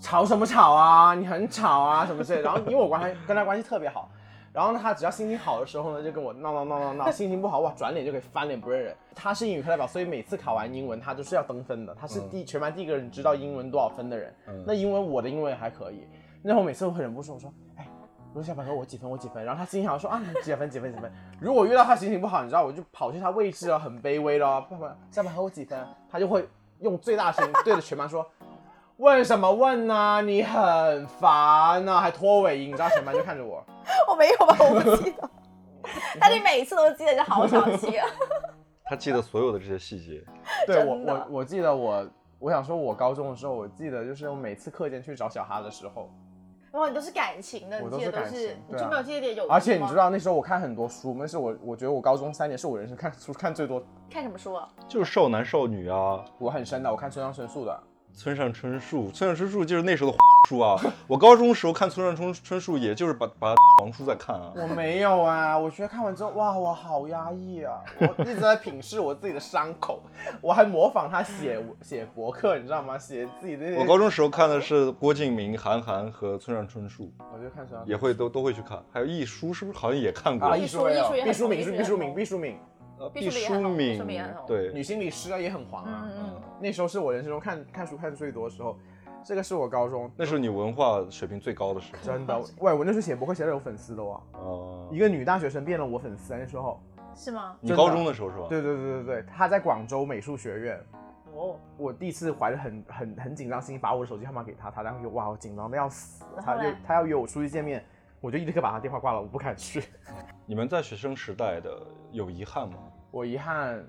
吵什么吵啊，你很吵啊什么之类的。然后因为我关系跟他关系特别好，然后呢，他只要心情好的时候呢，就跟我闹闹闹闹闹；心情不好哇，转脸就可以翻脸不认人。他是英语课代表，所以每次考完英文他就是要登分的，他是第、全班第一个人知道英文多少分的人。那英文我的英文还可以，那我每次我很忍不住我说，哎。罗小凡说：“我几分，我几分。”然后他心情好说：“啊，你几分，几分，几分。”如果遇到他心情不好，你知道，我就跑去他位置了，啊很卑微了。爸爸，下班和我几分？他就会用最大声音对着全班说：“问什么问呢、你很烦呢、还拖尾音。”你知道，全班就看着
[LAUGHS]
我。
我没有吧，我不记得。但你每一次都记得，就好小气啊！ [LAUGHS]
他记得所有的这些细节，
对我，
真的
我我记得我，我想说，我高中的时候，我记得就是我每次课间去找小哈的时候，
然后你都是感情的，
我
你
都
记
是
得都
感情
是，你
对啊
就没有记得点友谊吗
而且你知道那时候我看很多书，那是我我觉得我高中三年是我人生看书看最多，
看什么书啊？
[LAUGHS] 就是少男少女啊，
我很深的，我看村上春树的。
村上春树，村上春树就是那时候 [LAUGHS] 的书啊。我高中时候看村上春春树，也就是把把黄书在看
[LAUGHS]
啊。
我没有啊，我觉得看完之后，哇，我好压抑啊！我一直在品视我自己的伤口，我还模仿他写写博客，你知道吗？写自己的那些。
我高中时候看的是郭敬明、韩寒和村上春树，
我就看什么
也会都都会去看。还有毕淑是不是好像也看过？
啊，
艺
艺
术
术
类啊
毕淑敏是
艺
毕
术
淑
类啊
敏，毕淑敏，
呃
毕淑敏也
淑
很红毕
敏
淑敏也很红
女
对，
心理师啊也很黄啊。
嗯嗯，
那时候是我人生中看看书看的最多的时候，这个是我高中
那是你文化水平最高的时候。
真的，喂，我那时候写博客写的有粉丝的哇，
哦、
一个女大学生变了我粉丝啊那时候。
嗯是吗？
你高中的时候是吧？
对对对对对，她在广州美术学院。哦，我第一次怀着很很很紧张的心，把我的手机号码给她，她当时就哇，我紧张的要死，
然后
她就
嘞
她要约我出去见面，我就立刻把她电话挂了，我不敢去。
你们在学生时代的有遗憾吗？
我遗憾，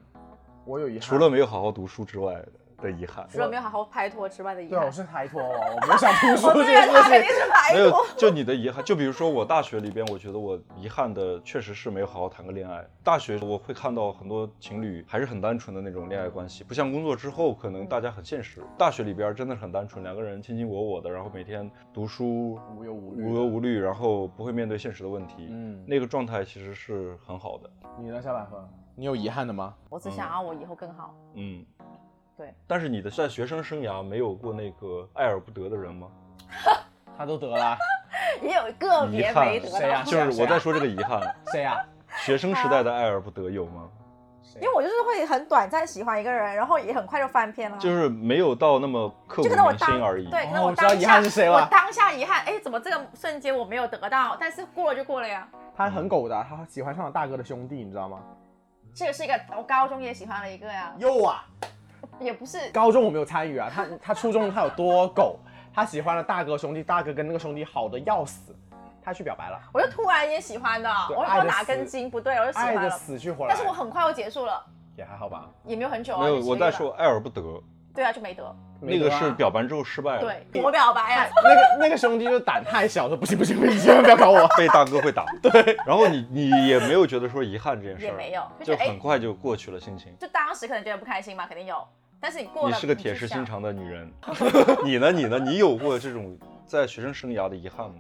我有遗憾，
除了没有好好读书之外的遗憾，
除了没有好好拍拖之外的遗
对啊，
憾
我，是开脱哦，我没有想读书
我
这
对啊
件
他肯
事
定
情。
是排
没有
除。，
就你的遗憾，就比如说我大学里边，我觉得我遗憾的确实是没有好好谈个恋爱。大学我会看到很多情侣还是很单纯的那种恋爱关系，不像工作之后可能大家很现实。大学里边真的是很单纯，两个人亲亲我我的，然后每天读书，
无忧无虑的
无忧无虑，然后不会面对现实的问题。
嗯
那个状态其实是很好的。
你呢，小百合？你有遗憾的吗？
我只想要我以后更好。
嗯，
对。
但是你的在学生生涯没有过那个爱而不得的人吗？
她都得了，
[LAUGHS]
啊
也有个
遗
别
憾
没得
谁啊
到
呀，
啊就是我在说这个遗憾，
谁啊呀、
学生时代的爱而不得有吗？
谁啊
因为我就是会很短暂喜欢一个人，然后也很快就翻篇了。
就是没有到那么刻骨
就可能我
铭
当
心而已。
对，
哦
可能我
我知道
当
遗
下、
憾是谁
我
了
当下遗憾，哎，怎么这个瞬间我没有得到？但是过了就过了呀。
他很狗的，啊他喜欢上了大哥的兄弟，你知道吗？
这个是一个，我高中也喜欢了一个呀，
哟啊，
也不是
高中我没有参与啊，他他初中他有多狗，他喜欢了大哥兄弟，大哥跟那个兄弟好的要死，他去表白了，
我就突然间喜欢的，
对
我也不
爱
知道
得
哪
死
根筋不对，我就喜
爱
欢
的
了。
死去活来。
但是我很快就结束了，
也还好吧，
也没有很久啊。
没有，
就
我
十个
在
月吧
说爱而不得，
对啊，就没得。
那
没
个
得啊
是表白之后失败了，
对，我表白啊，
那个那个兄弟就胆太小，说不行不行不行，千万不要搞我。 [LAUGHS]
被大哥会
[LAUGHS]
打。对，然后你你也没有觉得说遗憾这件事
也
儿，
没有，就
就
觉得哎
很，快就过去了心情。
就当时可能觉得不开心嘛，肯定有。但是你过
你
了，
是个
就
铁石
想
心。肠的女
[LAUGHS]
人，你呢？你呢？你有过这种在学生生涯的遗憾吗？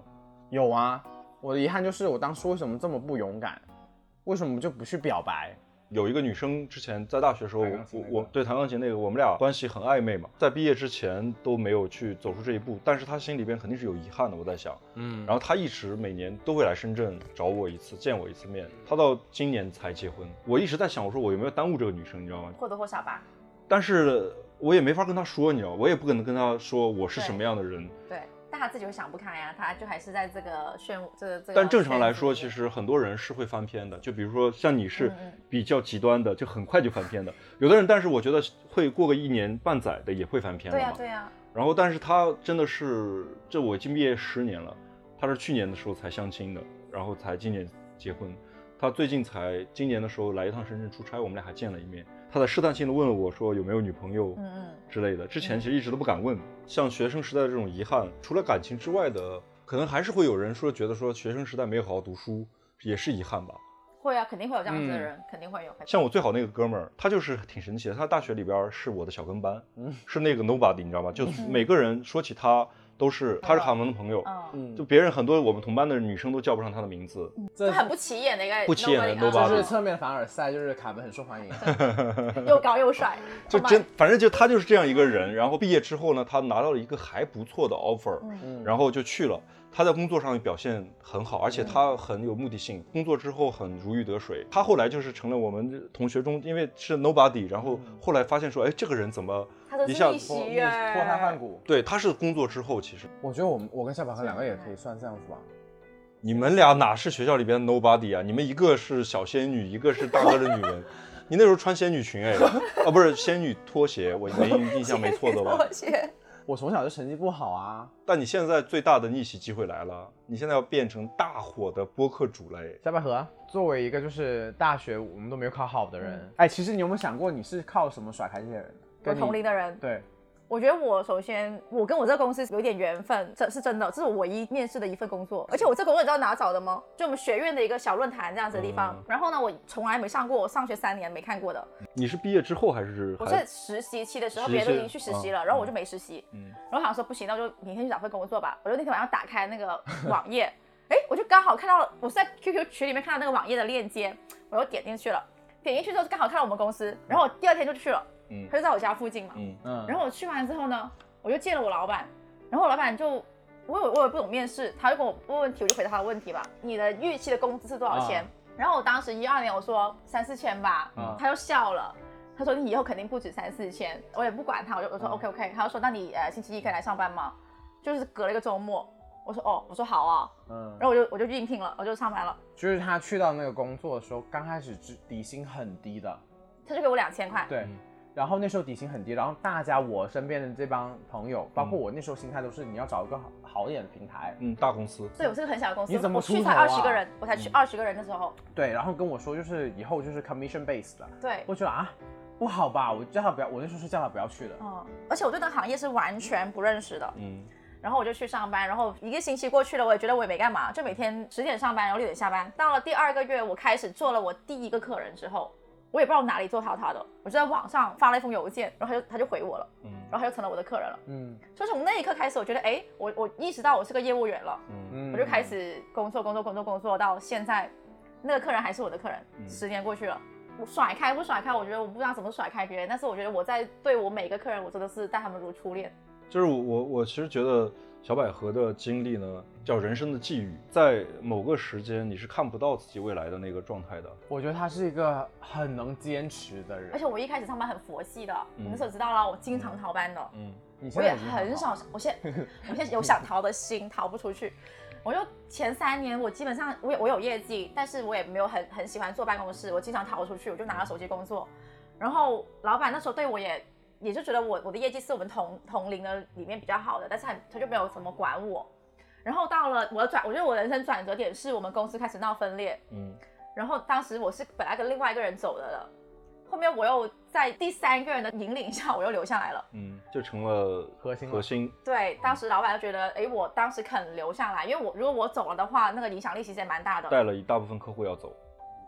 有啊，我的遗憾就是我当初为什么这么不勇敢，为什么就不去表白？
有一个女生之前在大学时候，我
弹钢琴那
我
个
我对弹钢琴那个，我们俩关系很暧昧嘛，在毕业之前都没有去走出这一步，但是她心里边肯定是有遗憾的，我在想，嗯，然后她一直每年都会来深圳找我一次，见我一次面，她到今年才结婚，我一直在想，我说我有没有耽误这个女生，你知道吗？
或多或少吧，
但是我也没法跟她说，你知道，我也不可能跟她说我是
对
什么样的人，
对，但他自己会想不开呀、他就还是在这个漩涡，这个这个。
但正常来说，其，实很多人是会翻篇的，就比如说像你是
嗯嗯
比较极端的，就很快就翻篇的。有的人，但是我觉得会过个一年半载的也会翻篇
对
的
呀、
嘛。
对啊呀、
然后，但是他真的是，这我已经毕业十年了，他是去年的时候才相亲的，然后才今年结婚。他最近才今年的时候来一趟深圳出差，我们俩还见了一面。他在试探性的问了我说有没有女朋友，
嗯嗯，
之类的。之前其实一直都不敢问。像学生时代的这种遗憾，除了感情之外的，可能还是会有人说觉得说学生时代没有好好读书也是遗憾吧。
会啊，肯定会有这样子的
嗯
人，肯定会有。
像我最好那个哥们儿，他就是挺神奇的。他大学里边是我的小跟班，
嗯
是那个 nobody，你知道吗？就每个人说起他，都是他是卡门的朋友，
嗯，
嗯，
就别人很多我们同班的女生都叫不上他的名字，
就
这
很不起眼的一个 nobody，
不起眼的
嗯
nobody
就是侧面凡尔赛，就是卡门很受欢迎。
又高又帅，
就
哦
好吧
真反正就他就是这样一个人。然后毕业之后呢，他拿到了一个还不错的 offer，
嗯
然后就去了。他在工作上表现很好，而且他很有目的性，工作之后很如鱼得水。他后来就是成了我们同学中，因为是 nobody，然后
嗯
后来发现说，哎，这个人怎么
他都
一
是
下
逆
子
袭
脱脱
耶，
胎换骨。
对，他是工作之后，其实
我觉得我们我跟夏宝康两个也可以算这样子吧。
你们俩哪是学校里边的 nobody 啊？你们一个是小仙女，一个是大哥的女 [LAUGHS] 人。你那时候穿仙女裙哎，啊不是仙女拖鞋，我没印象没错的
[LAUGHS]
吧？
妥协，
我从小就成绩不好啊，
但你现在最大的逆袭机会来了，你现在要变成大火的播客主了哎。
夏百合作为一个就是大学我们都没有考好的人，哎，其实你有没有想过你是靠什么甩开这些人的？
我
跟你
同龄的人，
对，
我觉得我首先，我跟我这个公司有点缘分，这是真的，这是我唯一面试的一份工
嗯
作。而且我这工作你知道哪找的吗？就我们学院的一个小论坛这样子的地方。然后呢，我从来没上过，我上学三年没看过的。
你是毕业之后还是
我
还
是实习期的时候，
实习
别人都已经去实习了，
嗯
然后我就没实习。
嗯
然后我想说不行，那我就明天去找份工作吧。我就那天晚上打开那个网页，哎，我就刚好看到了，我是在 QQ 群里面看到那个网页的链接，我又点进去了。点进去之后就刚好看到我们公司，然后我第二天就去了，
嗯
他就在我家附近嘛。
嗯
嗯，
然后我去完之后呢，我就见了我老板，然后我老板就我有我也不懂面试，他就跟我问问题，我就回答他的问题吧。你的预期的工资是多少钱？
啊
然后我当时一二年我说三四千吧，
啊
他就笑了。他说你以后肯定不止三四千，我也不管他，我就我说
啊
OK OK，他就说那你呃星期一可以来上班吗？就是隔了一个周末，我说哦，我说好啊，
嗯，
然后我就我就去应聘了，我就上班了，
就是他去到那个工作的时候，刚开始只底薪很低的，
他就给我两千块，
对。然后那时候底薪很低，然后大家我身边的这帮朋友，包括我那时候心态都是你要找一个好好一点的平台，
嗯大公司，
所以我是个很小的公司，
你怎么
我去
出
才
头啊
二十个人，我才去二十个人的时候，
对，然后跟我说就是以后就是 commission based 的，
对，
我觉得啊不好吧，我叫他不要，我那时候是叫他不要去的，
嗯，而且我对那个行业是完全不认识的，
嗯
然后我就去上班，然后一个星期过去了，我也觉得我也没干嘛，就每天十点上班，然后六点下班。到了第二个月，我开始做了我第一个客人之后，我也不知道哪里做到他的，我就在网上发了一封邮件，然后他就他就回我了，
嗯
然后他就成了我的客人了。
嗯
所以从那一刻开始，我觉得哎，我我意识到我是个业务员了，
嗯
嗯，
我就开始工作工作工作工作到现在，那个客人还是我的客人，
嗯
十年过去了。我甩开不甩开，我觉得我不知道怎么甩开别人，但是我觉得我在对我每个客人，我真的是待他们如初恋。
就是我我我其实觉得小百合的经历呢，叫人生的际遇，在某个时间你是看不到自己未来的那个状态的，
我觉得他是一个很能坚持的人，
而且我一开始上班很佛系的，
嗯
你们所知道啦，我经常逃班的，
嗯
你现
我
在
也
已经
很
好
少，
[LAUGHS]
我现我现在有想逃的心，逃不出去。我就前三年，我基本上我有我有业绩，但是我也没有很很喜欢坐办公室，我经常逃出去，我就拿着手机工作。然后老板那时候对我也也就觉得我我的业绩是我们同同龄的里面比较好的，但是他他就没有怎么管我。然后到了我的转，我觉得我人生转折点是我们公司开始闹分裂，
嗯
然后当时我是本来跟另外一个人走的了，后面我又在第三个人的引领下，我又留下来了。
嗯，就成了
核心了
核心，
对，当时老板就觉得，哎，我当时肯留下来，因为我如果我走了的话，那个影响力其实也蛮大的。
带了一大部分客户要走，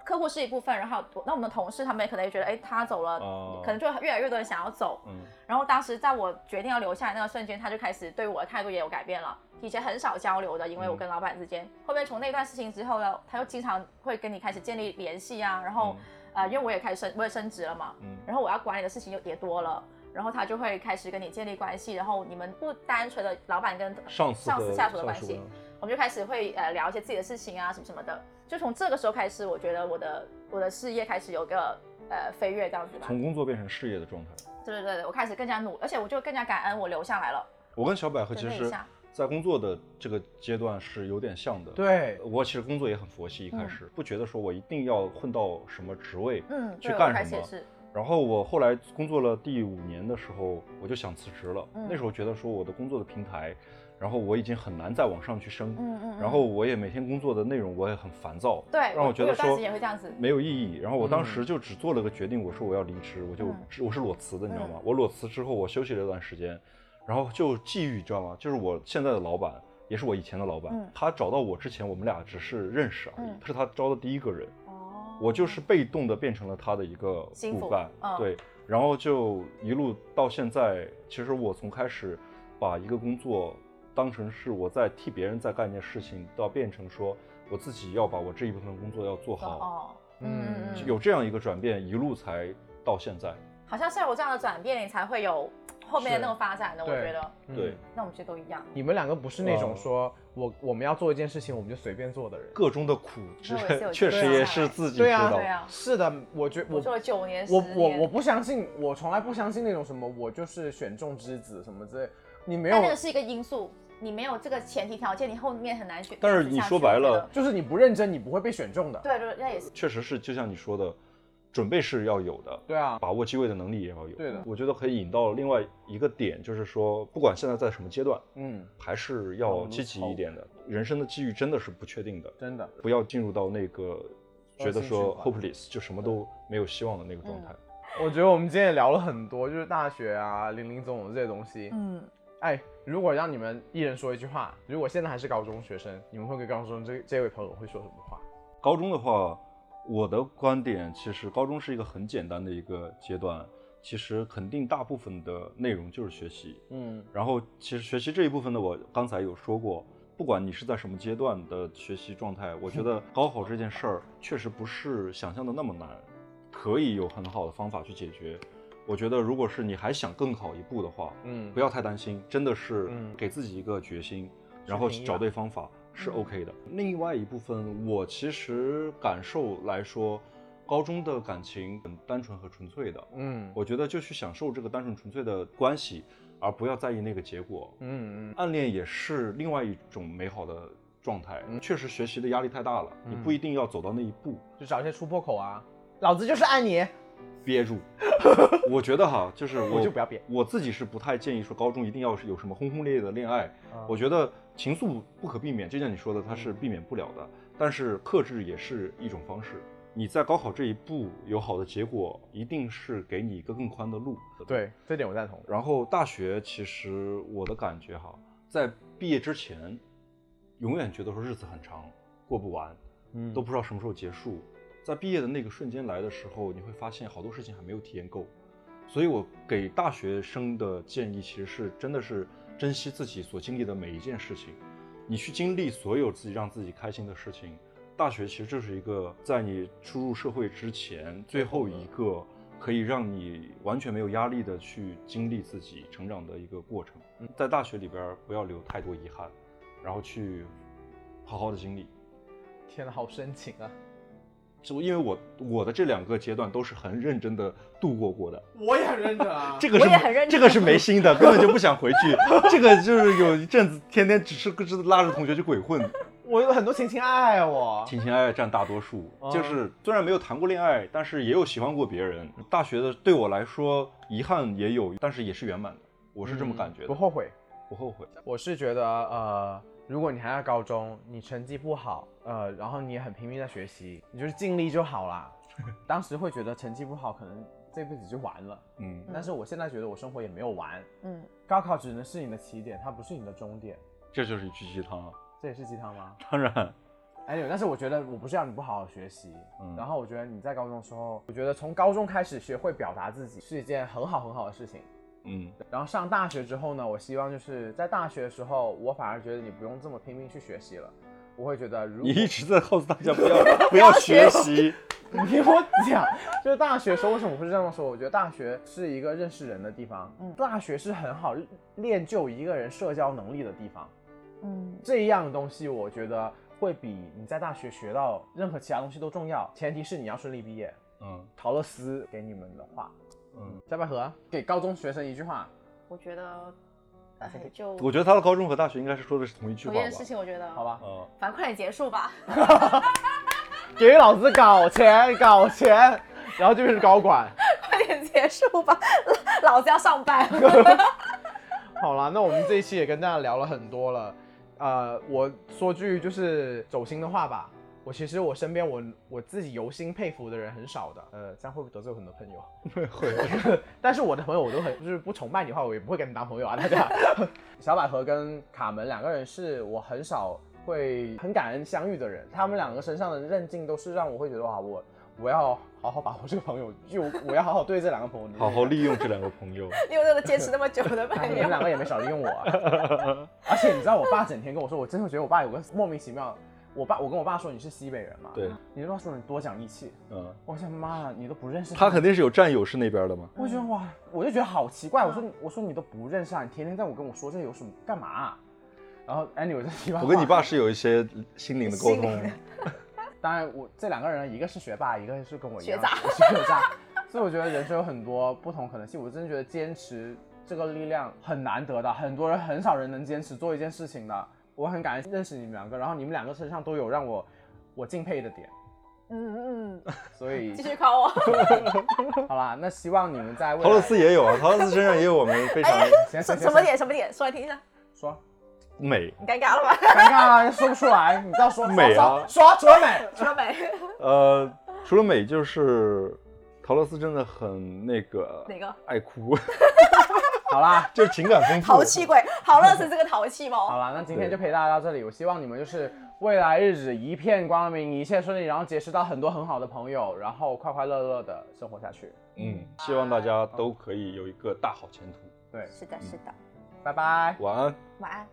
客户是一部分，然后那我们的同事他们也可能也觉得，哎，他走了，
哦
可能就越来越多人想要走。
嗯
然后当时在我决定要留下来那个瞬间，他就开始对我的态度也有改变了。以前很少交流的，因为我跟老板之间，后面从那段事情之后呢，他又经常会跟你开始建立联系啊，然后、呃，因为我也开始升，我也升职了嘛，
嗯
然后我要管理的事情又也多了，然后他就会开始跟你建立关系，然后你们不单纯的老板跟
上司
上
和
司下属的
上
关
属
系
呢，
我们就开始会呃聊一些自己的事情啊什么什么的。就从这个时候开始，我觉得我的我的事业开始有个呃飞跃这样子吧。
从工作变成事业的状态。
对对对，对我开始更加努，而且我就更加感恩我留下来了。
我跟小百合
对
其
那一
实
下，
在工作的这个阶段是有点像的。，
对，
我其实工作也很佛系，一开始、不觉得说我一定要混到什么职位，
嗯，
去
对，我
干
开
什
始也
么
是，
然后我后来工作了第五年的时候，我就想辞职了。
嗯
那时候觉得说我的工作的平台，然后我已经很难再往上去升，
嗯嗯。嗯
然后我也每天工作的内容我也很烦躁，
对，
让我觉得
有段
说
时间也会这样子。
没有意义。然后我当时
嗯
就只做了个决定，我说我要离职，我就、
嗯
我是裸辞的，你知道吗？我裸辞之后，我休息了一段时间，然后就际遇，你知道吗？就是我现在的老板。也是我以前的老板，
嗯
他找到我之前，我们俩只是认识而已。
嗯
他是他招的第一个人，
哦
我就是被动的变成了他的一个
心
骨
腹
干，
嗯
对，然后就一路到现在。其实我从开始把一个工作当成是我在替别人在干一件事情，到变成说我自己要把我这一部分工作要做好，
哦，嗯嗯嗯，
有这样一个转变，一路才到现在。
好像是要有这样的转变，你才会有后面的那种发展的。我
对
觉得，
嗯
对，
那我们其实都一样。
你们两个不是那种
嗯
说我我们要做一件事情我们就随便做的人。
各中的苦，
我也是
这
有
确实
这样
也
的
是自己知
对啊
道。
对啊，
是的，我觉
我
我
做了九年，
我
10
我
年
我不相信，我从来不相信那种什么我就是选中之子什么之类，你没有
但那，个是一个因素，你没有这个前提条件，你后面很难选。
但是
选择
你
下
说
去
白
我觉
了
得
就是你不认真，你不会被选中的。
对对，那也是。
确实是，就像你说的，准备是要有的，
对啊，
把握机会的能力也要有。
对的
我觉得可以引到另外一个点，就是说，不管现在在什么阶段，
嗯，
还是
我
要
们
积极
好
一点的。人生的际遇真的是不确定的，
真的，
不要进入到那个觉得
恶性
说
循环嗯
hopeless 就什么都没有希望的那个状态。
我觉得我们今天也聊了很多，就是大学啊、零零总总这些东西。
嗯，
哎，如果让你们一人说一句话，如果现在还是高中学生，你们会给高中这这位朋友会说什么话？
高中的话，我的观点其实高中是一个很简单的一个阶段，其实肯定大部分的内容就是学习。
嗯
然后其实学习这一部分呢，我刚才有说过，不管你是在什么阶段的学习状态，我觉得高考这件事儿确实不是想象的那么难，可以有很好的方法去解决。我觉得如果是你还想更好一步的话，
嗯，
不要太担心，真的是
嗯
给自己一个决心，
去
然后
平
找
养
对方法是
嗯
OK 的。另外一部分，我其实感受来说，高中的感情很单纯和纯粹的，
嗯
我觉得就去享受这个单纯纯粹的关系，而不要在意那个结果。
嗯嗯
暗恋也是另外一种美好的状态，确实学习的压力太大了，你不一定要走到那一步，
嗯，就找一些突破口啊。老子就是爱你，[LAUGHS]
憋住。我觉得哈，就是我
我就不要憋
我自己是不太建议说高中一定要是有什么轰轰烈烈的恋爱，
嗯
我觉得情愫不可避免，就像你说的，它是避免不了的。但是克制也是一种方式。你在高考这一步有好的结果，一定是给你一个更宽的路。
对这点我赞同。
然后大学其实我的感觉哈，在毕业之前，永远觉得说日子很长，过不完，
嗯
都不知道什么时候结束。在毕业的那个瞬间来的时候，你会发现好多事情还没有体验够。所以我给大学生的建议，其实是真的是珍惜自己所经历的每一件事情，你去经历所有自己让自己开心的事情。大学其实就是一个在你初入社会之前最后一个可以让你完全没有压力的去经历自己成长的一个过程。嗯在大学里边儿不要留太多遗憾，然后去好好的经历。
天哪，好深情啊！
就因为我我的这两个阶段都是很认真的度过过的，
我也很认真 [LAUGHS] 啊。
这个是
我也很认真
这个是没心的，根本就不想回去。这个就是有一阵子天天只是跟着拉着同学去鬼混，
我有很多情情爱爱啊我。
情情爱爱占大多数。
哦
就是虽然没有谈过恋爱，但是也有喜欢过别人。大学的对我来说遗憾也有，但是也是圆满的，我是这么感觉的，
嗯不后悔。
不后悔。
我是觉得，呃，如果你还在高中，你成绩不好，呃，然后你也很拼命在学习，你就是尽力就好啦。当时会觉得成绩不好，可能这辈子就完了。
嗯，
但是我现在觉得我生活也没有完，
嗯，
高考只能是你的起点，它不是你的终点。
这就是一句鸡汤了。啊
这也是鸡汤吗？
当然，
哎，但是我觉得我不是要你不好好学习，
嗯
然后我觉得你在高中的时候，我觉得从高中开始学会表达自己是一件很好很好的事情。
嗯，
然后上大学之后呢，我希望就是在大学的时候，我反而觉得你不用这么拼命去学习了。我会觉得，如果
你一直在告诉大家不要不要学习。
你听我讲，就是大学的时候为什么会这样说？我觉得大学是一个认识人的地方，
嗯
大学是很好练就一个人社交能力的地方。
嗯，
这样的东西，我觉得会比你在大学学到任何其他东西都重要，前提是你要顺利毕业。
嗯
陶乐斯给你们的话，
嗯，
小百合给高中学生一句话，
我觉得，哎，就
我觉得他的高中和大学应该是说的是同一句
同
话
一
吧
件。事情，我觉得，
好，吧，
嗯。
反正快点结束吧。 [LAUGHS]
给老子搞钱，搞钱，然后这边是高管。
快点结束吧，老老子要上班。
[LAUGHS]
好啦，那我们这一期也跟大家聊了很多了，呃，我说句就是走心的话吧。我其实我身边我我自己由心佩服的人很少的，呃，这样会不会得罪我很多朋友？
[LAUGHS]
会， [LAUGHS] 但是我的朋友我都很就是不崇拜你的话，我也不会跟你当朋友啊，大家。 [LAUGHS] 小百合跟卡门两个人是我很少会很感恩相遇的人，他们两个身上的韧劲都是让我会觉得哇，我我要好好把握这个朋友，就我要好好对这两个朋友。
好好利用这两个朋 [LAUGHS] 友。
你有那个坚持那么久 [LAUGHS] 的
哎，
朋
你们
友，
两个也没少利用我、啊。而且你知道，我爸整天跟我说，我真的觉得我爸有个莫名其妙。我爸，我跟我爸说你是西北人嘛，
对，
你就告诉人多讲义气。
嗯，
我想妈，你都不认识
他肯定是有战友是那边的嘛。
我觉得哇，我就觉得好奇怪。我说你我说你都不认识啊，你天天在我跟我说这有什么干嘛啊、然后 anyway 这题外话
我跟你爸是有一些啊心灵的沟
心灵
通
的。
当然我这两个人，一个是学霸，一个是跟我一样
学渣
是学渣。 [LAUGHS] 所以我觉得人生有很多不同可能性。我真的觉得坚持这个力量很难得的，很多人很少人能坚持做一件事情的。我很感恩认识你们两个，然后你们两个身上都有让我我敬佩的点，
嗯嗯嗯，
所以
[LAUGHS] 继续夸我。
[LAUGHS] 好啦，那希望你们在未
陶乐
来
斯也有 [LAUGHS] 啊，陶乐斯身上也有我们非常
行
什 [LAUGHS]
行
什
行
么
行
点什么点？说来听一下。
说 [LAUGHS]
美。
你尴尬了 [LAUGHS] 吧？
尴尬啊，说不出来，你倒说
美啊
说说说除了美，
说没？
呃，除了美，就是陶乐斯真的很那个
哪个？
爱 [LAUGHS] 哭，
好啦。
[LAUGHS] 就是情感丰富。
淘气鬼，好乐是这个淘气
好
猫。
啦，那今天就陪大家到这里。我希望你们就是未来日子一片光明，一切顺利，然后结识到很多很好的朋友，然后快快乐乐的生活下去。
嗯，希望大家都可以有一个大好前途。
对，
是的，是的。
拜拜。
晚安。
晚安。